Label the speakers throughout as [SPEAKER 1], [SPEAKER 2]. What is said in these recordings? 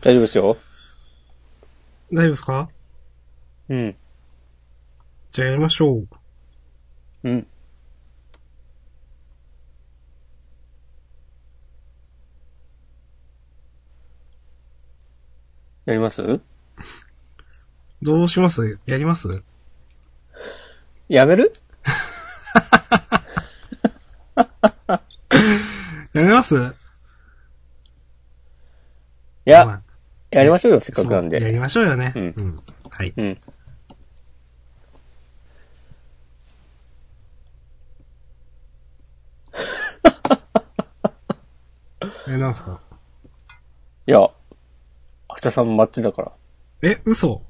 [SPEAKER 1] 大丈夫ですよ。
[SPEAKER 2] 大丈夫ですか
[SPEAKER 1] うん。
[SPEAKER 2] じゃあやりましょう。
[SPEAKER 1] うん。やります
[SPEAKER 2] どうしますやります
[SPEAKER 1] やめる
[SPEAKER 2] やめますい
[SPEAKER 1] いや、、やりましょうよ、せっかくなん
[SPEAKER 2] そうや
[SPEAKER 1] で。
[SPEAKER 2] りましょうよね。
[SPEAKER 1] うん
[SPEAKER 2] うん。はい。
[SPEAKER 1] うん。
[SPEAKER 2] え、なんすか
[SPEAKER 1] いや、明日さんマッチだから。
[SPEAKER 2] え、嘘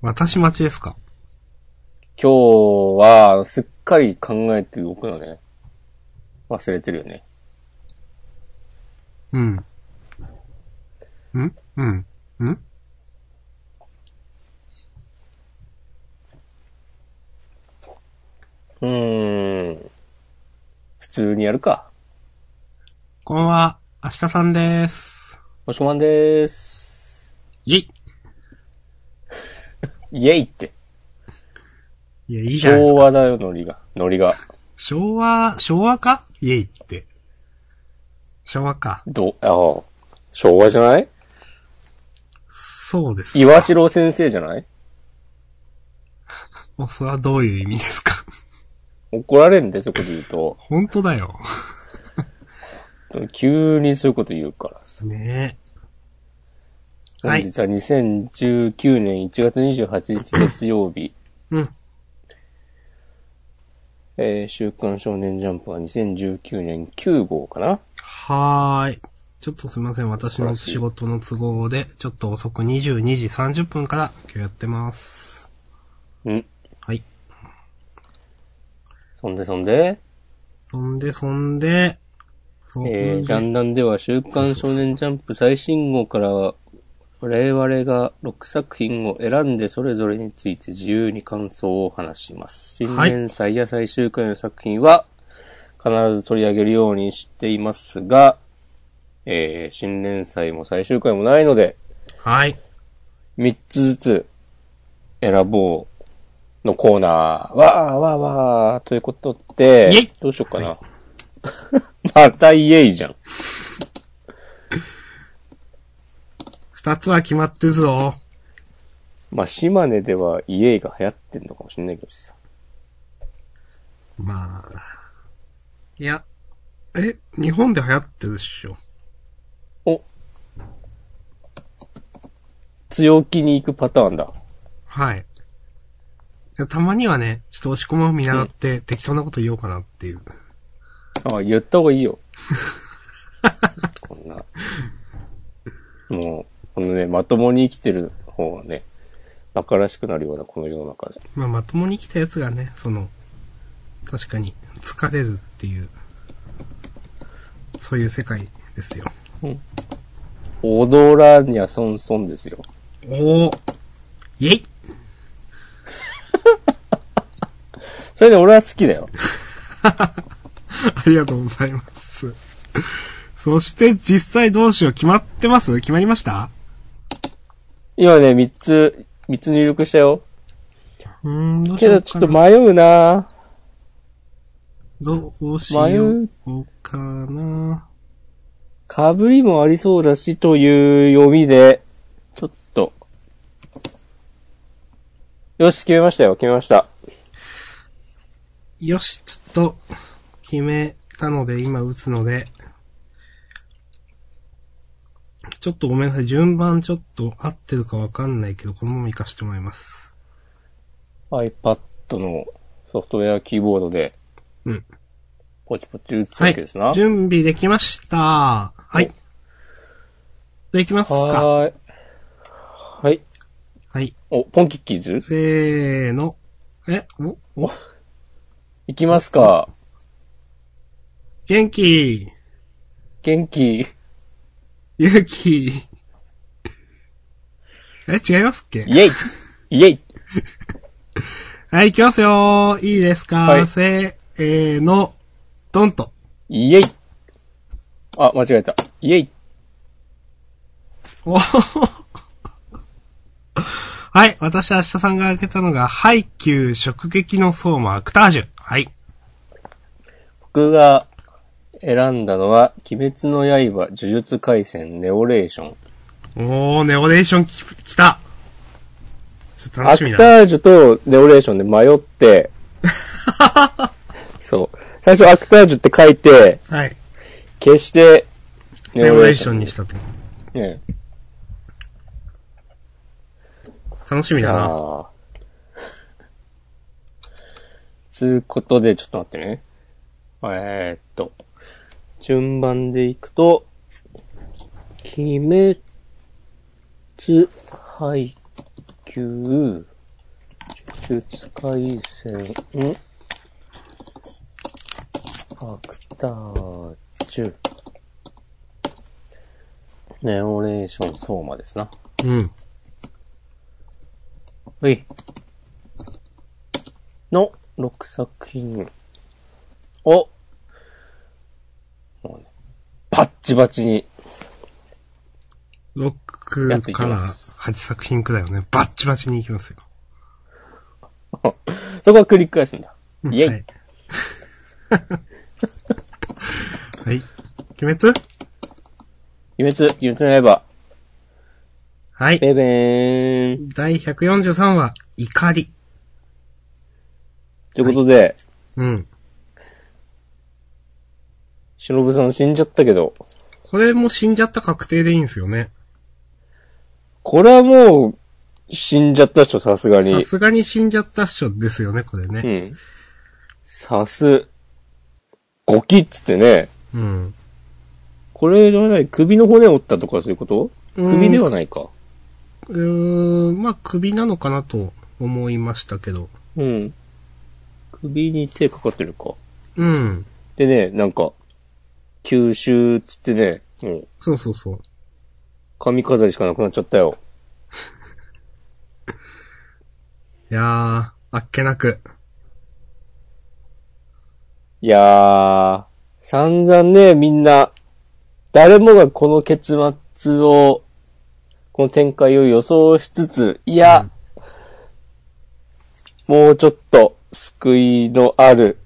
[SPEAKER 2] 私待ちですか
[SPEAKER 1] 今日は、すっかり考えて動くのね。忘れてるよね。
[SPEAKER 2] うん。んうん。ん
[SPEAKER 1] うーん。普通にやるか。
[SPEAKER 2] こんばんは、明日さんです。
[SPEAKER 1] おしこまんでーす。
[SPEAKER 2] イェイ
[SPEAKER 1] イェイって。
[SPEAKER 2] いや、いいじゃないです
[SPEAKER 1] 昭
[SPEAKER 2] か。
[SPEAKER 1] 和だよ、ノリが。ノリが。
[SPEAKER 2] 昭和、昭和かイェイって。昭和か。
[SPEAKER 1] ど、ああ。昭和じゃない
[SPEAKER 2] そうです。
[SPEAKER 1] 岩城先生じゃない
[SPEAKER 2] お、それはどういう意味ですか
[SPEAKER 1] 怒られんで、そういうこと言うと。
[SPEAKER 2] 本当だよ。
[SPEAKER 1] 急にそういうこと言うからさ。
[SPEAKER 2] ねは
[SPEAKER 1] 本
[SPEAKER 2] い
[SPEAKER 1] 日は2019年1月28日 月曜日。
[SPEAKER 2] え。うん。
[SPEAKER 1] えー、週刊少年ジャンプは2019年9号かな
[SPEAKER 2] はーい。ちょっとすみません。私の仕事の都合で、ちょっと遅く22時30分から今日やってます。
[SPEAKER 1] うん。
[SPEAKER 2] はい。
[SPEAKER 1] そんでそんで、
[SPEAKER 2] そんで、そんで、そん
[SPEAKER 1] えー、ジャ
[SPEAKER 2] で、
[SPEAKER 1] ンダンでは週刊少年ジャンプ最新号からは、我々が6作品を選んでそれぞれについて自由に感想を話します。新
[SPEAKER 2] はい
[SPEAKER 1] 年祭や最終回の作品は必ず取り上げるようにしていますが、えー、新年祭も最終回もないので、
[SPEAKER 2] はい。
[SPEAKER 1] 3つずつ選ぼうのコーナー、わーわーわーということで
[SPEAKER 2] イェイ、
[SPEAKER 1] どうしようかな。 またイエイじゃん。
[SPEAKER 2] 二つは決まってるぞ。
[SPEAKER 1] まあ、島根ではイエイが流行ってんのかもしれないけどさ。
[SPEAKER 2] まあ。いや。え、日本で流行ってるっしょ。
[SPEAKER 1] お強気に行くパターンだ。
[SPEAKER 2] はい。いやたまにはね、ちょっと押し込むを見習って適当なこと言おうかなっていう。
[SPEAKER 1] ああ、言った方がい いよ。こんな。もう、このね、まともに生きてる方がね、馬鹿らしくなるような、この世の中で。
[SPEAKER 2] まあ、まともに来たやつがね、その、確かに疲れるっていう、そういう世界ですよ。
[SPEAKER 1] 踊らにゃそんそんですよ。
[SPEAKER 2] おーイェイ
[SPEAKER 1] それで俺は好きだよ。
[SPEAKER 2] ありがとうございます。 そして実際どうしよう決まってます決まりました
[SPEAKER 1] 今ね、3つ、3つ入力したよ。
[SPEAKER 2] うーん、どうし
[SPEAKER 1] け
[SPEAKER 2] よう
[SPEAKER 1] ど
[SPEAKER 2] か
[SPEAKER 1] ちょっ
[SPEAKER 2] な
[SPEAKER 1] と迷うな
[SPEAKER 2] どうしようかな。
[SPEAKER 1] かぶりもありそうだしという読みで、ちょっと。よし、決めましたよ、決めました。
[SPEAKER 2] よし、ちょっと、決めたので、今打つので、ちょっとごめんなさい。順番ちょっと合ってるかわかんないけど、このまま行かしてもらいます。
[SPEAKER 1] iPad のソフトウェアキーボードで、
[SPEAKER 2] うん。
[SPEAKER 1] ポチポチ打つ
[SPEAKER 2] は
[SPEAKER 1] わけで
[SPEAKER 2] い
[SPEAKER 1] すな。。
[SPEAKER 2] 準備できました。はい。じゃあ行きますか。
[SPEAKER 1] はーい。はい。
[SPEAKER 2] はい。
[SPEAKER 1] お、ポンキッキーズ
[SPEAKER 2] せーの。え、お、お、
[SPEAKER 1] いきますか。
[SPEAKER 2] 元気、
[SPEAKER 1] 元気。
[SPEAKER 2] 勇気。 え、違いますっけ
[SPEAKER 1] イェイイェイ
[SPEAKER 2] はい、行きますよー。いいですか、
[SPEAKER 1] はい
[SPEAKER 2] せーの、ドンと。
[SPEAKER 1] イェイあ、間違えた。イェイ
[SPEAKER 2] おはい。私、明日さんが開けたのが、ハイキュー直撃の相馬アクタージュ。はい。
[SPEAKER 1] 僕が選んだのは、鬼滅の刃、呪術廻戦、ネオレーション。
[SPEAKER 2] おー、ネオレーションき来た。ちょっと楽
[SPEAKER 1] ア
[SPEAKER 2] しみ
[SPEAKER 1] クタ
[SPEAKER 2] だな。
[SPEAKER 1] ージュとネオレーションで迷って、 そう。最初アクタージュって書いて、
[SPEAKER 2] はい。
[SPEAKER 1] 決して
[SPEAKER 2] ネオレーションにしたと。
[SPEAKER 1] ョン。ね
[SPEAKER 2] 楽しみ
[SPEAKER 1] え。
[SPEAKER 2] だな。
[SPEAKER 1] ああ。つうことで、ちょっと待ってね。えー、っと、順番でいくと、鬼滅、配給、呪術廻戦、アクタージュ、ネオレーション、相馬ですな。
[SPEAKER 2] うん。
[SPEAKER 1] はい。の6作品を、もうね、バッチバチに、やって
[SPEAKER 2] 6
[SPEAKER 1] いき
[SPEAKER 2] から
[SPEAKER 1] ます
[SPEAKER 2] 8作品くらいをね、バッチバチにいきますよ。
[SPEAKER 1] そこは繰り返すんだ。
[SPEAKER 2] うん
[SPEAKER 1] イェイ、
[SPEAKER 2] はい。 はい。鬼滅
[SPEAKER 1] 鬼滅、鬼滅の刃、
[SPEAKER 2] はい。
[SPEAKER 1] ベーベーン。
[SPEAKER 2] 第143話、怒り。
[SPEAKER 1] ということで、
[SPEAKER 2] うん。
[SPEAKER 1] 忍さん死んじゃったけど、
[SPEAKER 2] これも死んじゃった確定でいいんですよね。
[SPEAKER 1] これはもう、死んじゃったっしょ、さすが
[SPEAKER 2] さ
[SPEAKER 1] に。
[SPEAKER 2] すがに死んじゃったっしょですよね、これ
[SPEAKER 1] う
[SPEAKER 2] ね。
[SPEAKER 1] ん。さす、ゴキっつってね、
[SPEAKER 2] うん。
[SPEAKER 1] これじゃない、首の骨折ったとかそういうこと
[SPEAKER 2] うん
[SPEAKER 1] 首ではないか。
[SPEAKER 2] うーん、まあ、首なのかなと思いましたけど。
[SPEAKER 1] うん。首に手かかってるか。
[SPEAKER 2] うん。
[SPEAKER 1] でね、なんか、吸収っつってね、もう、
[SPEAKER 2] そうそうそう。
[SPEAKER 1] 髪飾りしかなくなっちゃったよ。
[SPEAKER 2] いやー、あっけなく。
[SPEAKER 1] いやー、散々ね、みんな、誰もがこの結末を、この展開を予想しつつ、いや、もうちょっと救いのある、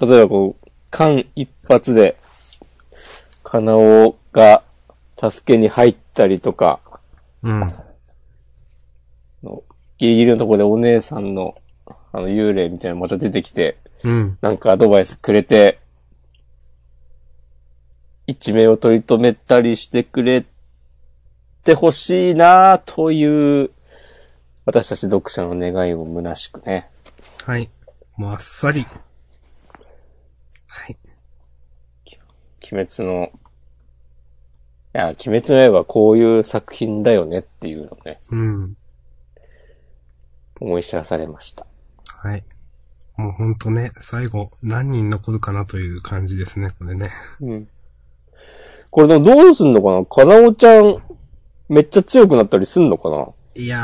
[SPEAKER 1] 例えばこう、間一発で、カナオが助けに入ったりとか、
[SPEAKER 2] うん。
[SPEAKER 1] のギリギリのところでお姉さんの、あの、幽霊みたいなのまた出てきて、
[SPEAKER 2] うん。
[SPEAKER 1] なんかアドバイスくれて、一命を取り留めたりしてくれてほしいなあという、私たち読者の願いを虚しくね。
[SPEAKER 2] はい。もうあっさり。はい。
[SPEAKER 1] 鬼滅の、いや、鬼滅の刃はこういう作品だよねっていうのをね、
[SPEAKER 2] うん。
[SPEAKER 1] 思い知らされました。
[SPEAKER 2] はい。もうほんとね、最後、何人残るかなという感じですね、これね。
[SPEAKER 1] うん。これでもどうすんのかなかなおちゃん、めっちゃ強くなったりすんのかない
[SPEAKER 2] や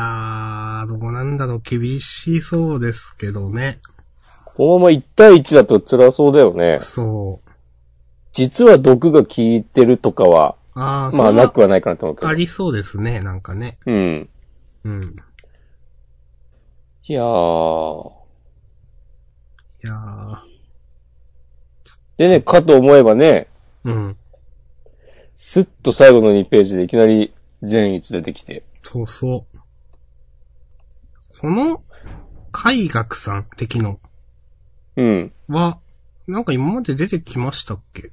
[SPEAKER 2] ー、どうなんだろう、厳しそうですけどね。
[SPEAKER 1] このまま1対1だと辛そうだよね。
[SPEAKER 2] そう。
[SPEAKER 1] 実は毒が効いてるとかは、
[SPEAKER 2] あー、
[SPEAKER 1] まあ
[SPEAKER 2] それは
[SPEAKER 1] なくはないかなと思うけど
[SPEAKER 2] あ。りそうですね、なんかね。
[SPEAKER 1] うん。
[SPEAKER 2] うん。
[SPEAKER 1] い
[SPEAKER 2] い
[SPEAKER 1] やー。
[SPEAKER 2] やー、
[SPEAKER 1] でね、かと思えばね、
[SPEAKER 2] うん。
[SPEAKER 1] スッと最後の2ページでいきなり善逸出てきて。
[SPEAKER 2] そうそう。この、海岳さん的の
[SPEAKER 1] うん。
[SPEAKER 2] は、なんか今まで出てきましたっけ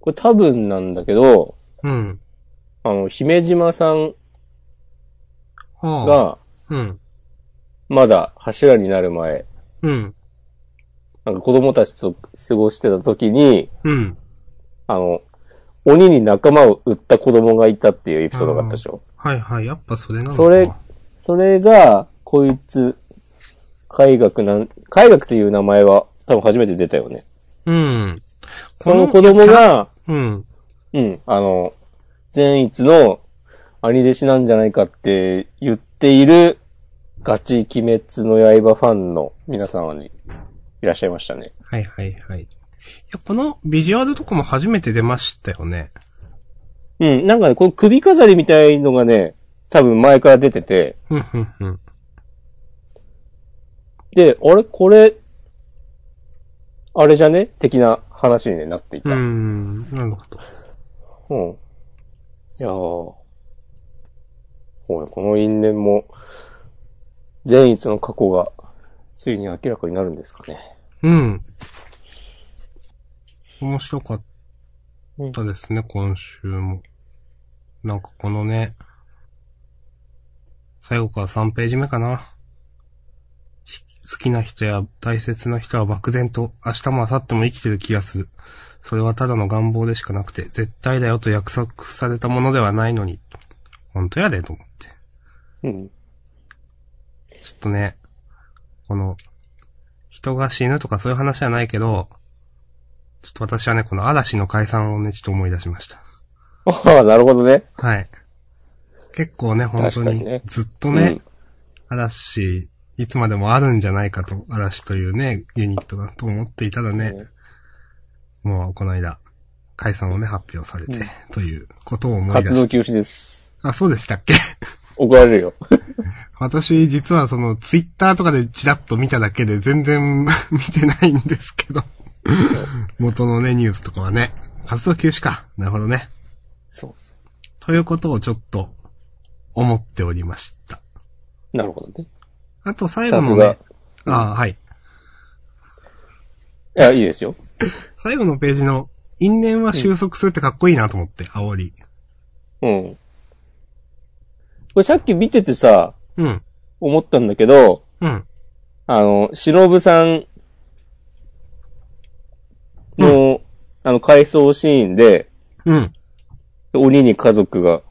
[SPEAKER 1] これ多分なんだけど、
[SPEAKER 2] うん。
[SPEAKER 1] あの、姫島さん
[SPEAKER 2] ああ。
[SPEAKER 1] が、
[SPEAKER 2] うん。
[SPEAKER 1] まだ柱になる前、
[SPEAKER 2] うん。
[SPEAKER 1] なんか子供たちと過ごしてた時に、
[SPEAKER 2] うん。
[SPEAKER 1] あの、鬼に仲間を売った子供がいたっていうエピソードがあったでしょ。
[SPEAKER 2] はいはい、やっぱそれなのか
[SPEAKER 1] それ、それが、こいつ、海学なん、海学っていう名前は多分初めて出たよね。
[SPEAKER 2] うん。
[SPEAKER 1] この子供が、
[SPEAKER 2] うん。
[SPEAKER 1] うん、あの、善逸の兄弟子なんじゃないかって言っている、ガチ鬼滅の刃ファンの皆様にいらっしゃいましたね。
[SPEAKER 2] はいはいはい。いや、このビジュアルとかも初めて出ましたよね。
[SPEAKER 1] うん、なんかね、この首飾りみたいのがね、多分前から出てて、
[SPEAKER 2] うん、うん、うん。
[SPEAKER 1] で、あれこれ、あれじゃね的な話にねなっていた。
[SPEAKER 2] うーん、なる
[SPEAKER 1] う
[SPEAKER 2] ほど。
[SPEAKER 1] ん。いやーほらこの因縁も、善逸の過去が、ついに明らかになるんですかね。
[SPEAKER 2] うん。面白かったですね、今週も。なんかこのね、最後から3ページ目かな。ひ好きな人や大切な人は漠然と明日も明後日も生きてる気がする。それはただの願望でしかなくて、絶対だよと約束されたものではないのに。本当やで、と思って。
[SPEAKER 1] うん。
[SPEAKER 2] ちょっとね、この、人が死ぬとかそういう話じゃないけど、ちょっと私はね、この嵐の解散をね、ちょっと思い出しました。
[SPEAKER 1] ああ、なるほどね。
[SPEAKER 2] はい。結構ね、本当
[SPEAKER 1] 確か
[SPEAKER 2] に、
[SPEAKER 1] にね
[SPEAKER 2] ずっとね、
[SPEAKER 1] うん
[SPEAKER 2] 嵐、いつまでもあるんじゃないかと、嵐というね、ユニットだと思っていたらね、もうこの間、解散をね、発表されて、ということを思い出
[SPEAKER 1] 活動
[SPEAKER 2] し
[SPEAKER 1] 休止です。
[SPEAKER 2] た。あ、そうでしたっけ
[SPEAKER 1] 怒られるよ。
[SPEAKER 2] 私、実はその、ツイッターとかでチラッと見ただけで全然 見てないんですけ ど。元のね、ニュースとかはね。活動休止か。なるほどね。
[SPEAKER 1] そうそう。
[SPEAKER 2] ということをちょっと、思っておりました。
[SPEAKER 1] なるほどね。
[SPEAKER 2] あと最後
[SPEAKER 1] さす
[SPEAKER 2] の
[SPEAKER 1] が。い
[SPEAKER 2] ね、ああ、はい。
[SPEAKER 1] や、いいですよ。
[SPEAKER 2] 最後のページの、因縁は収束するってかっこいいなと思って、煽り。
[SPEAKER 1] うん。これさっき見ててさ、
[SPEAKER 2] うん、
[SPEAKER 1] 思ったんだけど、
[SPEAKER 2] うん、
[SPEAKER 1] あの、忍さんの、あの、回想シーンで、
[SPEAKER 2] うん、
[SPEAKER 1] 鬼に家族が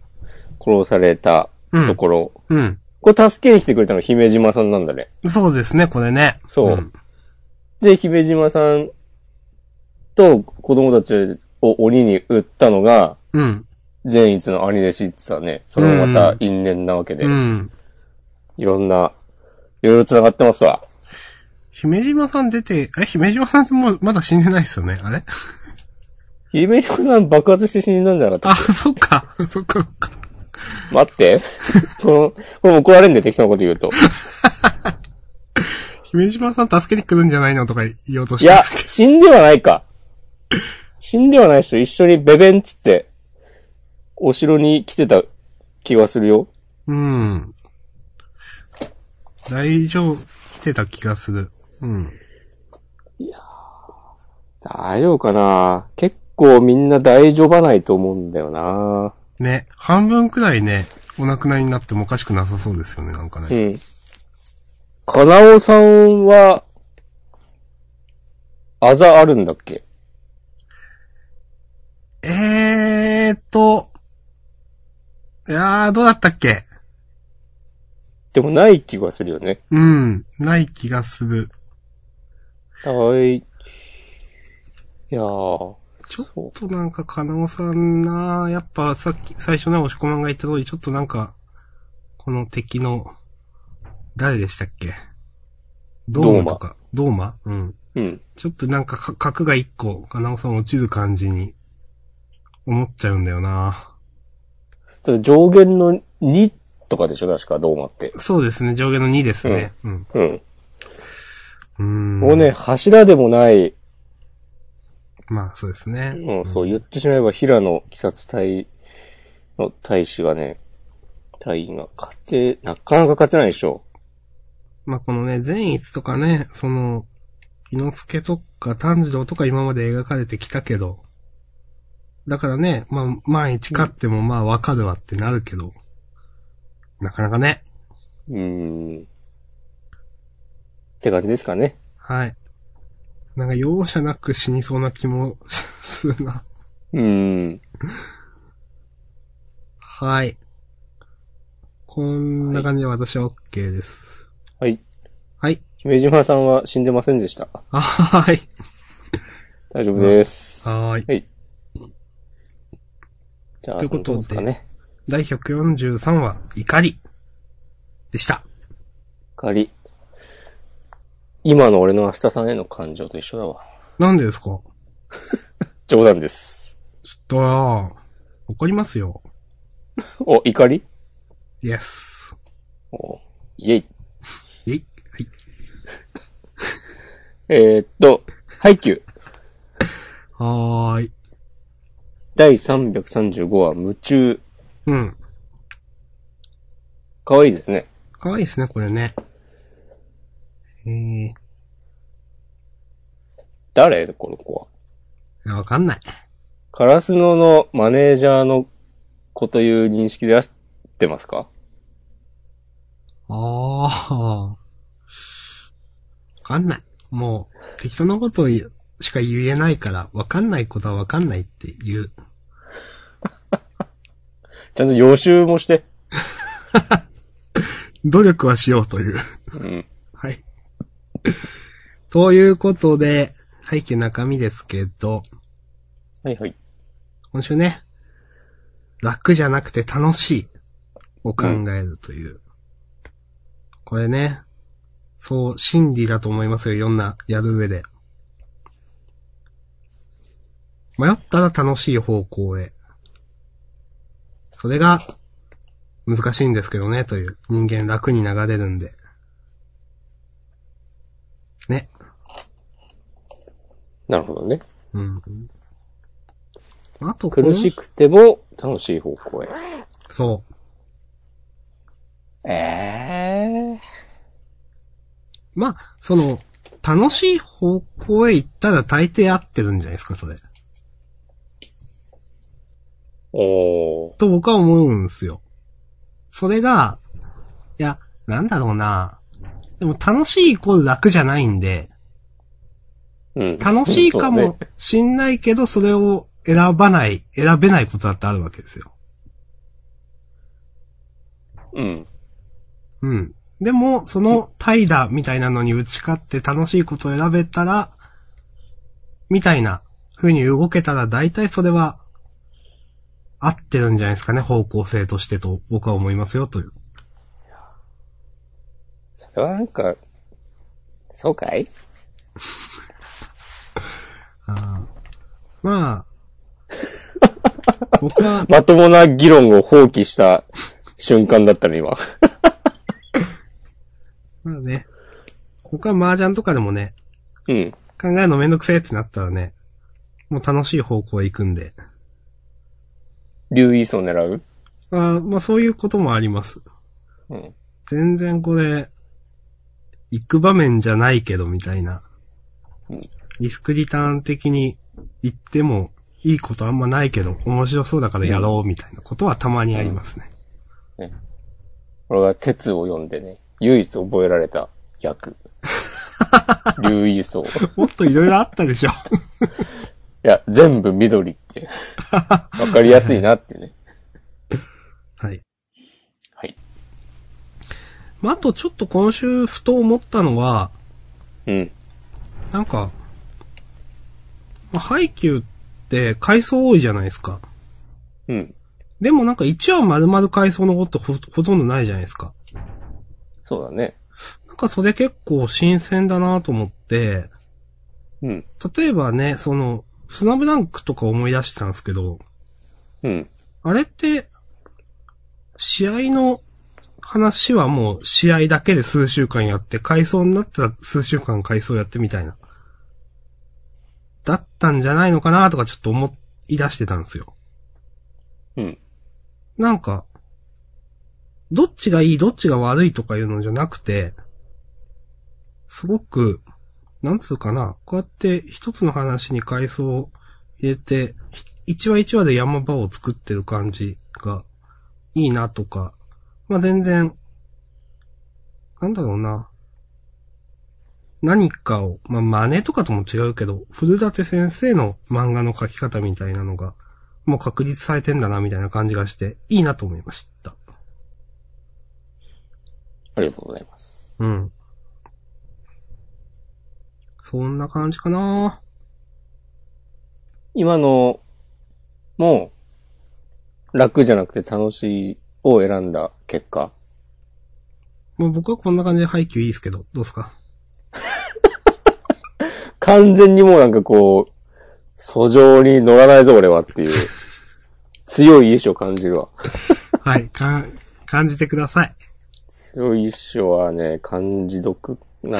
[SPEAKER 1] 殺されたところ、
[SPEAKER 2] うん。
[SPEAKER 1] これ助けに来てくれたのが姫島さんなんだね。
[SPEAKER 2] そうですね、これね。
[SPEAKER 1] そうんで、姫島さんと子供たちを鬼に売ったのが、
[SPEAKER 2] うん、
[SPEAKER 1] 善逸の兄弟子ってさね、それもまた因縁なわけで、
[SPEAKER 2] うん。
[SPEAKER 1] いろんな、いろいろ繋がってますわ。
[SPEAKER 2] 姫島さん出て、え、姫島さんってもうまだ死んでないっすよねあれ
[SPEAKER 1] 姫島さん爆発して死んだんじゃなかっ
[SPEAKER 2] あ、 そっか、そっか、そっか。
[SPEAKER 1] た。待って。 この、これ怒られんで適当なこと言うと。
[SPEAKER 2] 姫島さん助けに来るんじゃないのとか言おうと
[SPEAKER 1] い
[SPEAKER 2] して。
[SPEAKER 1] や、死んではないか。死んではない人一緒にベベンっつって、お城に来てた気がするよ。
[SPEAKER 2] うん。大丈夫、来てた気がする。うん。
[SPEAKER 1] 大丈夫かな結構みんな大丈夫はないと思うんだよな
[SPEAKER 2] ね、半分くらいね、お亡くなりになってもおかしくなさそうですよね、なんか
[SPEAKER 1] う
[SPEAKER 2] ね。
[SPEAKER 1] ん。かなおさんは、あざあるんだっけ
[SPEAKER 2] えーっと、いやー、どうだったっけ
[SPEAKER 1] でもない気がするよね。
[SPEAKER 2] うん、ない気がする。
[SPEAKER 1] はい。いやー。
[SPEAKER 2] ちょっとなんか、かなおさんな、やっぱさっき、最初ね、押し込まんが言った通り、ちょっとなんか、この敵の、誰でしたっけドーマとか、ドーマうん。
[SPEAKER 1] うん。
[SPEAKER 2] ちょっとなんかか、角が一個、かなおさん落ちる感じに、思っちゃうんだよな。
[SPEAKER 1] ただ上限の2とかでしょ確か、どうもって。
[SPEAKER 2] そうですね、上下の2ですね。うん。
[SPEAKER 1] うん。
[SPEAKER 2] うん。
[SPEAKER 1] もうね、。柱でもない、
[SPEAKER 2] まあ、そうですね。
[SPEAKER 1] うん、そう言ってしまえば、平野鬼殺隊の大使がね、隊員が勝て、なかなか勝てないでしょ。
[SPEAKER 2] まあ、このね、善逸とかね、その、伊之助とか炭治郎とか今まで描かれてきたけど、だからね、まあ、万一勝ってもまあわかるわってなるけど、なかなかね、
[SPEAKER 1] うーん。って感じですかね。
[SPEAKER 2] はい。なんか容赦なく死にそうな気もするな。
[SPEAKER 1] うーん。
[SPEAKER 2] はい。こんな感じで私は OK です。
[SPEAKER 1] はい。
[SPEAKER 2] はい。
[SPEAKER 1] 姫島さんは死んでませんでした。
[SPEAKER 2] あはい。
[SPEAKER 1] 大丈夫です。
[SPEAKER 2] はーい。
[SPEAKER 1] はい。じゃあ、
[SPEAKER 2] ということで
[SPEAKER 1] どうですかね。
[SPEAKER 2] 第143話、怒り。でした。
[SPEAKER 1] 仮。今の俺の明日さんへの感情と一緒だわ。
[SPEAKER 2] なんでですか
[SPEAKER 1] 冗談です。
[SPEAKER 2] ちょっと、怒りますよ。
[SPEAKER 1] お、怒り
[SPEAKER 2] イエス。
[SPEAKER 1] おイェイ。
[SPEAKER 2] えい。はい。
[SPEAKER 1] えー、っと、ハイキュー。
[SPEAKER 2] はーい。
[SPEAKER 1] 第335話、夢中。
[SPEAKER 2] うん。
[SPEAKER 1] かわいいですね。
[SPEAKER 2] かわいいですね、これね。えーい
[SPEAKER 1] 誰この子は。
[SPEAKER 2] や、わかんない。
[SPEAKER 1] カラスノのマネージャーの子という認識で合ってますか
[SPEAKER 2] ああ。わかんない。もう、適当なこといしか言えないから、わかんないことはわかんないっていう。
[SPEAKER 1] ちゃんと予習もして。
[SPEAKER 2] 努力はしようという。
[SPEAKER 1] うん。
[SPEAKER 2] はい。ということで、背景中身ですけど、
[SPEAKER 1] はいはい。
[SPEAKER 2] 今週ね、楽じゃなくて楽しいを考えるという。これね、そう、真理だと思いますよ、いろんな、やる上で。迷ったら楽しい方向へ。それが、難しいんですけどね、という。人間楽に流れるんで。ね。
[SPEAKER 1] なるほどね。
[SPEAKER 2] うん。あと、この
[SPEAKER 1] 苦しくても楽しい方向へ。
[SPEAKER 2] そう。
[SPEAKER 1] ええ
[SPEAKER 2] まあ、その、楽しい方向へ行ったら大抵合ってるんじゃないですか、それ。
[SPEAKER 1] おー。
[SPEAKER 2] と僕は思うんですよ。それが、いや、なんだろうな。でも楽しいイコール楽じゃないんで、
[SPEAKER 1] うん。
[SPEAKER 2] 楽しいか
[SPEAKER 1] そうね
[SPEAKER 2] もしんないけど、それを選ばない、選べないことだってあるわけですよ。
[SPEAKER 1] うん。
[SPEAKER 2] うん。でも、その怠惰みたいなのに打ち勝って楽しいことを選べたら、みたいな風に動けたら大体それは合ってるんじゃないですかね、方向性としてと僕は思いますよという。
[SPEAKER 1] それはなんか、そうかい
[SPEAKER 2] あーまあ、 僕は、
[SPEAKER 1] まともな議論を放棄した瞬間だったね、今。
[SPEAKER 2] まあね、僕は麻雀とかでもね、
[SPEAKER 1] うん。
[SPEAKER 2] 考えるのめんどくせえってなったらね、もう楽しい方向へ行くんで。
[SPEAKER 1] 留意層狙う
[SPEAKER 2] あーまあそういうこともあります。
[SPEAKER 1] うん。
[SPEAKER 2] 全然これ、行く場面じゃないけどみたいな
[SPEAKER 1] うん。
[SPEAKER 2] リスクリターン的に行ってもいいことあんまないけど、面白そうだからやろうみたいなことはたまにありますね。
[SPEAKER 1] 俺が鉄を読んでね、唯一覚えられた役。留意層。い
[SPEAKER 2] もっといろいろあったでしょ。
[SPEAKER 1] や、全部緑って。わかりやすいなってね。
[SPEAKER 2] はい。
[SPEAKER 1] はい。
[SPEAKER 2] まあ、あとちょっと今週ふと思ったのは、
[SPEAKER 1] うん。
[SPEAKER 2] なんか、まあ、ハイキューって階層多いじゃないですか。
[SPEAKER 1] うん。
[SPEAKER 2] でもなんか1話丸々階層のことほほとんどないじゃないですか。
[SPEAKER 1] そうだね。
[SPEAKER 2] なんかそれ結構新鮮だなと思って、
[SPEAKER 1] うん。
[SPEAKER 2] 例えばね、その、スナブランクとか思い出してたんですけど、
[SPEAKER 1] うん。
[SPEAKER 2] あれって、試合の話はもう試合だけで数週間やって、回想になったら数週間回想やってみたいな。だったんじゃないのかなとかちょっと思い出してたんですよ。
[SPEAKER 1] うん。
[SPEAKER 2] なんか、どっちがいい、どっちが悪いとかいうのじゃなくて、すごく、なんつうかな、こうやって一つの話に階層を入れて、ひ一話一話で山場を作ってる感じがいいなとか、まあ、全然、なんだろうな。何かを、まあ、真似とかとも違うけど、古舘先生の漫画の描き方みたいなのが、もう確立されてんだな、みたいな感じがして、いいなと思いました。
[SPEAKER 1] ありがとうございます。
[SPEAKER 2] うん。そんな感じかな
[SPEAKER 1] 今の、もう、楽じゃなくて楽しいを選んだ結果。
[SPEAKER 2] もう僕はこんな感じで配給いいですけど、どうですか
[SPEAKER 1] 完全にもうなんかこう、訴状に乗らないぞ俺はっていう強い意志を感じるわ。
[SPEAKER 2] はい、かん、感じてください。
[SPEAKER 1] 強い意志はね、漢字読なの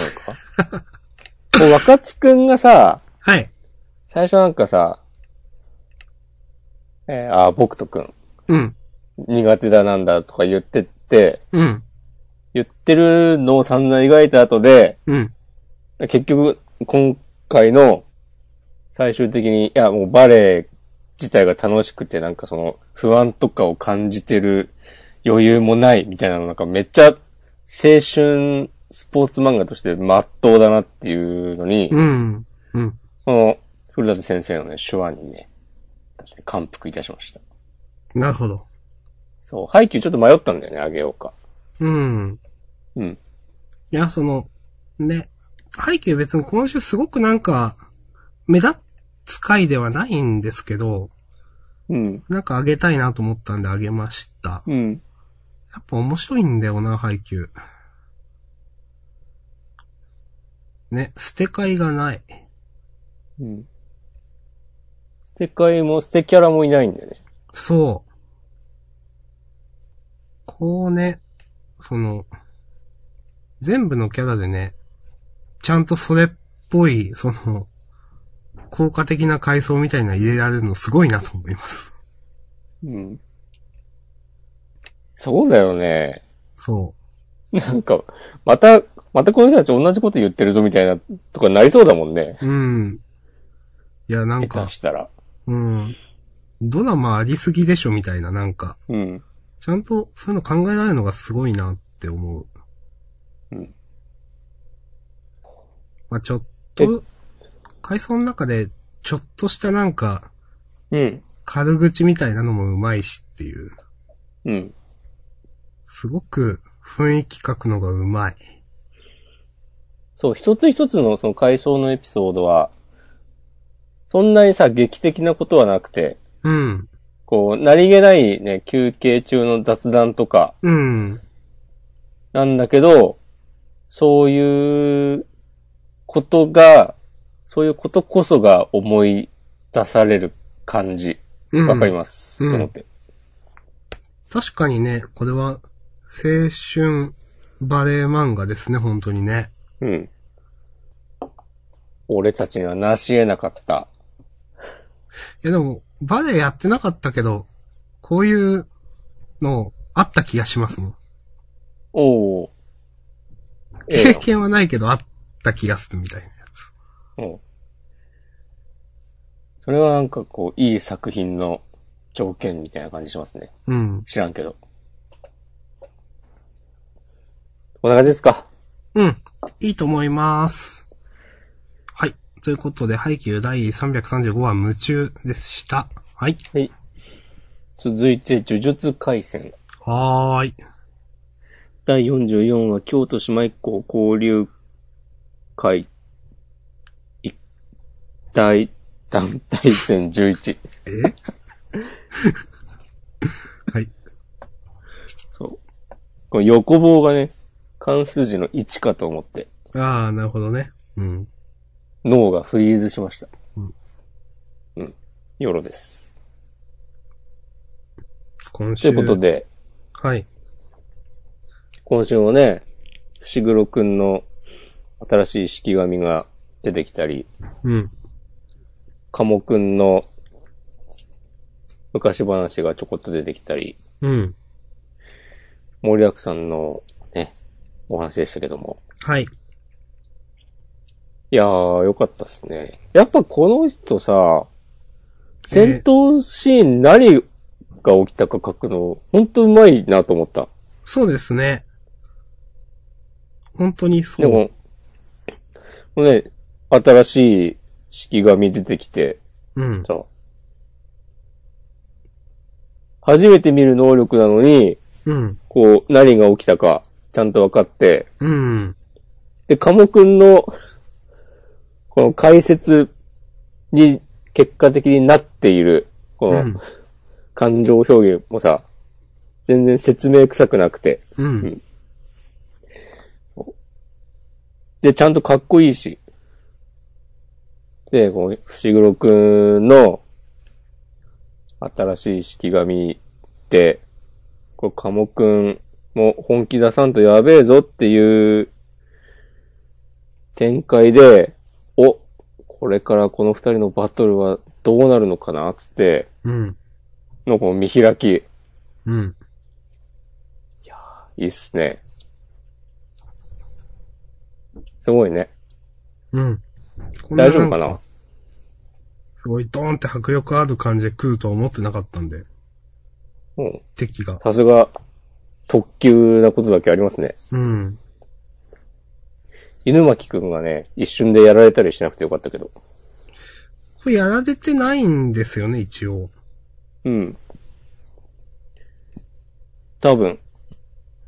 [SPEAKER 1] か もう若津くんがさ、
[SPEAKER 2] はい。
[SPEAKER 1] 最初なんかさ、えーあー、僕とくん、
[SPEAKER 2] うん。
[SPEAKER 1] 苦手だなんだとか言ってって、
[SPEAKER 2] うん。
[SPEAKER 1] 言ってるのを散々描いた後で、
[SPEAKER 2] うん。
[SPEAKER 1] 結局、今回の、最終的に、いや、もうバレエ自体が楽しくて、なんかその、不安とかを感じてる余裕もないみたいなの、なんかめっちゃ、青春スポーツ漫画として真っ当だなっていうのに、
[SPEAKER 2] うん。うん。
[SPEAKER 1] この、古舘先生のね、手話にね、確かに感服いたしました。
[SPEAKER 2] なるほど。
[SPEAKER 1] そう、配球ちょっと迷ったんだよね、あげようか。
[SPEAKER 2] うん。
[SPEAKER 1] うん。
[SPEAKER 2] いや、その、ね、背景別に今週すごくなんか、目立つ回ではないんですけど、
[SPEAKER 1] うん。
[SPEAKER 2] なんかあげたいなと思ったんであげました。
[SPEAKER 1] うん。
[SPEAKER 2] やっぱ面白いんだよな、配給。ね、捨て替えがない。
[SPEAKER 1] うん。捨て替えも捨てキャラもいないんだよね。
[SPEAKER 2] そう。こうね、その、全部のキャラでね、ちゃんとそれっぽい、その、効果的な階層みたいなの入れられるのすごいなと思います。
[SPEAKER 1] うん。そうだよね。
[SPEAKER 2] そ
[SPEAKER 1] なんか、また、またこの人たち同じこと言ってるぞみたいなとかなりそうだもんね。
[SPEAKER 2] う。うん。いや、なん
[SPEAKER 1] 下
[SPEAKER 2] か
[SPEAKER 1] 手、したら。
[SPEAKER 2] うん。ドラマありすぎでしょみたいな、なんか。
[SPEAKER 1] うん。
[SPEAKER 2] ちゃんとそういうの考えられるのがすごいなって思う。
[SPEAKER 1] うん。
[SPEAKER 2] まあちょっと、階層の中で、ちょっとしたなんか、
[SPEAKER 1] うん。
[SPEAKER 2] 軽口みたいなのもうまいしっていう。
[SPEAKER 1] うん。
[SPEAKER 2] すごく雰囲気書くのがうまい。
[SPEAKER 1] そう、一つ一つのその解消のエピソードは、そんなにさ、劇的なことはなくて、
[SPEAKER 2] うん。
[SPEAKER 1] こう、何気ないね、休憩中の雑談とか、
[SPEAKER 2] うん。
[SPEAKER 1] なんだけど、そういうことが、そういうことこそが思い出される感じ。
[SPEAKER 2] うん。
[SPEAKER 1] わかります、
[SPEAKER 2] うん
[SPEAKER 1] と思って。
[SPEAKER 2] 確かにね、これは、青春バレエ漫画ですね、本当にね。
[SPEAKER 1] うん。俺たちにはなし得なかった。
[SPEAKER 2] いやでも、バレエやってなかったけど、こういうのあった気がしますもん。
[SPEAKER 1] おお。ええ
[SPEAKER 2] 経験はないけどあった気がするみたいなやつ。
[SPEAKER 1] ようん。それはなんかこう、いい作品の条件みたいな感じしますね。
[SPEAKER 2] うん。
[SPEAKER 1] 知らんけど。こんな感じですか
[SPEAKER 2] うん。いいと思います。はい。ということで、ハイキュー第335話夢中でした。はい。
[SPEAKER 1] はい。続いて、呪術廻戦。
[SPEAKER 2] はーい。
[SPEAKER 1] 第44話、京都姉妹校交流会、一体、団体戦11。
[SPEAKER 2] え はい。
[SPEAKER 1] そう。この横棒がね、関数字の1かと思って、
[SPEAKER 2] あー、なるほどね。うん。
[SPEAKER 1] 脳がフリーズしました。
[SPEAKER 2] うん。
[SPEAKER 1] うん。ヨロです。
[SPEAKER 2] 今
[SPEAKER 1] とい
[SPEAKER 2] 週。
[SPEAKER 1] うことで、
[SPEAKER 2] はい。
[SPEAKER 1] 今週もね、伏黒くんの新しい式紙が出てきたり、
[SPEAKER 2] うん。
[SPEAKER 1] 鴨くんの昔話がちょこっと出てきたり、
[SPEAKER 2] うん。
[SPEAKER 1] 森楽さんのね、お話でしたけども。
[SPEAKER 2] はい。
[SPEAKER 1] いやー、よかったっすね。やっぱこの人さ、戦闘シーン何が起きたか書くの、ほんとうまいなと思った。
[SPEAKER 2] そうですね。本当にそう。
[SPEAKER 1] でも、もうね、新しい式紙出てきて、
[SPEAKER 2] うん。
[SPEAKER 1] さ、初めて見る能力なのに、
[SPEAKER 2] うん。
[SPEAKER 1] こう、何が起きたか、ちゃんと分かって、
[SPEAKER 2] うん。
[SPEAKER 1] で、鴨くんの、この解説に、結果的になっている、こ
[SPEAKER 2] う
[SPEAKER 1] の
[SPEAKER 2] ん。
[SPEAKER 1] 感情表現もさ、全然説明臭くなくて。
[SPEAKER 2] うん。
[SPEAKER 1] で、ちゃんとかっこいいし。で、この、伏黒くんの、新しい式紙で、これ、カモくんも本気出さんとやべえぞっていう展開で、お、これからこの二人のバトルはどうなるのかなつって、
[SPEAKER 2] うん。
[SPEAKER 1] のこの見開き。
[SPEAKER 2] うん。
[SPEAKER 1] いいっすね。すごいね。
[SPEAKER 2] うん。こん
[SPEAKER 1] 大丈夫かなん
[SPEAKER 2] すごいドーンって迫力ある感じで来るとは思ってなかったんで、
[SPEAKER 1] うん。
[SPEAKER 2] 敵が。
[SPEAKER 1] さすが、特急なことだけありますね。
[SPEAKER 2] うん。
[SPEAKER 1] 犬巻くんがね、一瞬でやられたりしなくてよかったけど。
[SPEAKER 2] これやられてないんですよね、一応。
[SPEAKER 1] うん。多分。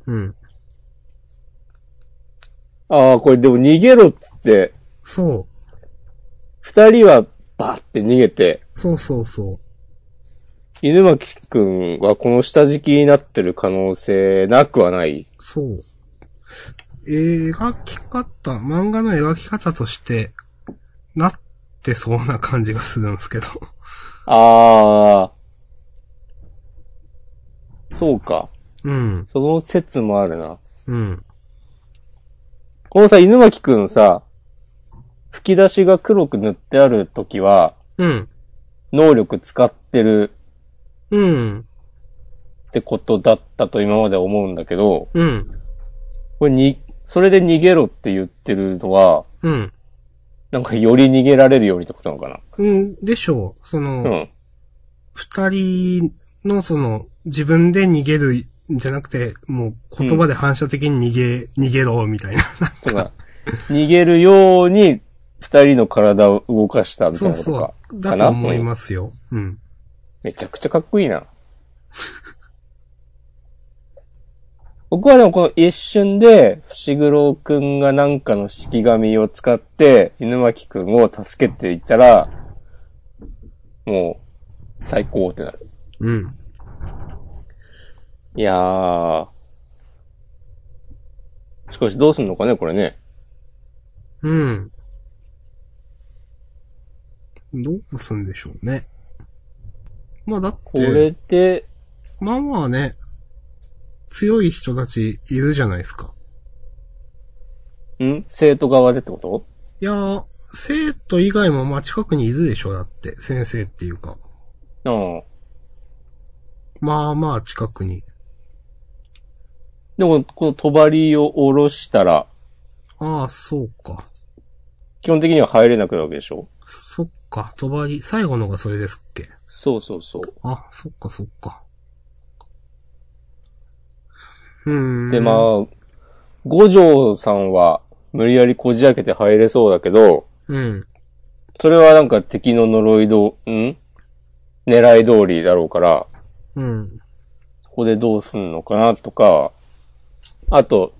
[SPEAKER 2] うん。
[SPEAKER 1] ああ、これでも逃げろっつって、
[SPEAKER 2] そ
[SPEAKER 1] 二人はバーって逃げて、
[SPEAKER 2] う。そうそうそ
[SPEAKER 1] 犬巻くんはこの下敷きになってる可能性なくはない。
[SPEAKER 2] う。そう。描き方、漫画の描き方として、なってそうな感じがするんですけど。
[SPEAKER 1] ああ。そうか。
[SPEAKER 2] うん。
[SPEAKER 1] その説もあるな。
[SPEAKER 2] うん。
[SPEAKER 1] このさ、犬巻くんさ、吹き出しが黒く塗ってある時は、
[SPEAKER 2] うん。
[SPEAKER 1] 能力使ってる
[SPEAKER 2] うん。
[SPEAKER 1] ってことだったと今まで思うんだけど、
[SPEAKER 2] うん。
[SPEAKER 1] これに、それで逃げろって言ってるのは、
[SPEAKER 2] うん。
[SPEAKER 1] なんかより逃げられるようにってことなのか
[SPEAKER 2] うん。でしょう。その、
[SPEAKER 1] なうん。
[SPEAKER 2] 二人のその、自分で逃げるんじゃなくて、もう言葉で反射的に逃げ、逃げろ、みたいな。
[SPEAKER 1] とか、逃げるように二人の体を動かしたみたい
[SPEAKER 2] そう
[SPEAKER 1] なことか。
[SPEAKER 2] そう。だと思いますよ。うん。
[SPEAKER 1] めちゃくちゃかっこいいな。 僕はでもこの一瞬で、伏黒くんがなんかの式紙を使って、犬巻くんを助けていたら、もう、最高ってなる。
[SPEAKER 2] うん。
[SPEAKER 1] いやー。しかしどうすんのかね、これね。
[SPEAKER 2] うん。どうすんでしょうね。まあだって、
[SPEAKER 1] これで、
[SPEAKER 2] まあまあね、強い人たちいるじゃないですか。
[SPEAKER 1] ん生徒側でってこと
[SPEAKER 2] いやー、生徒以外もまあ近くにいるでしょ、だって。先生っていうか。
[SPEAKER 1] うん。
[SPEAKER 2] まあまあ近くに。
[SPEAKER 1] でも、この帳を下ろしたら、
[SPEAKER 2] ああ、そうか。
[SPEAKER 1] 基本的には入れなくなるわけでしょ
[SPEAKER 2] そっか、とばり、最後のがそれですっけ
[SPEAKER 1] そうそうそう。
[SPEAKER 2] あ、そっかそっか。うーん。
[SPEAKER 1] で、まあ、五条さんは無理やりこじ開けて入れそうだけど、
[SPEAKER 2] うん。
[SPEAKER 1] それはなんか敵の呪いど、ん狙い通りだろうから、
[SPEAKER 2] うん。
[SPEAKER 1] ここでどうすんのかなとか、あと、